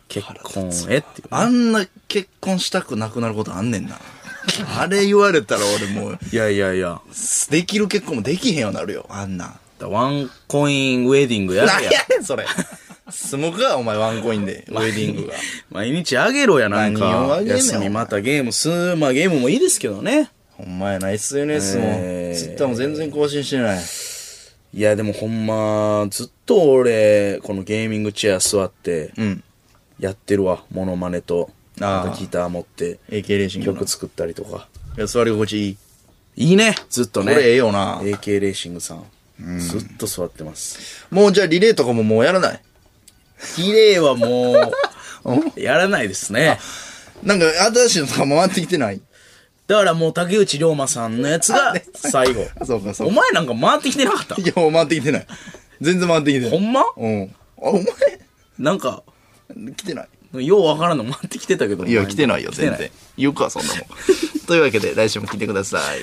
結婚へっていう。
あんな結婚したくなくなることあんねんな。 (laughs) あれ言われたら俺もう、
いやいやいや。
できる結婚もできへんようになるよ、あんなん。
ワンコインウェディングや
なん
れ
や
や。
ねん、それ。すも (laughs) か、お前ワンコインで、ウェディングが。
毎日あげろやなんか。
何をあげんねん
休みまたゲームすまあゲームもいいですけどね。
ほんまやな、SNS も、
えー
Twitter も全然更新してない。
いや、でもほんま、ずっと俺、このゲーミングチェア座って、
うん。
やってるわ、モノマネと、
あー
またギター持って、
AK レーシングの。
曲作ったりとか。
いや座り心地いい。
いいね、ずっとね。
これええよな
AK レーシングさん。ずっと座ってます。
もうじゃあリレーとかももうやらない。
綺麗はもう、やらないですね。
なんか新しいのとか回ってきてない。
だからもう竹内涼真さんのやつが最後。
そうかそう
お
か。
前なんか回ってきてなかった
いや、もう回ってきてない。全然回ってきてな
ほ
い。
んま
うん。あ、お前、
なんか、
来てない。
ようわからんの回ってきてたけど。
いや、来てないよ、全
来
(laughs)
て
然。言うか、そんなもん。というわけで、来週も聞いてください。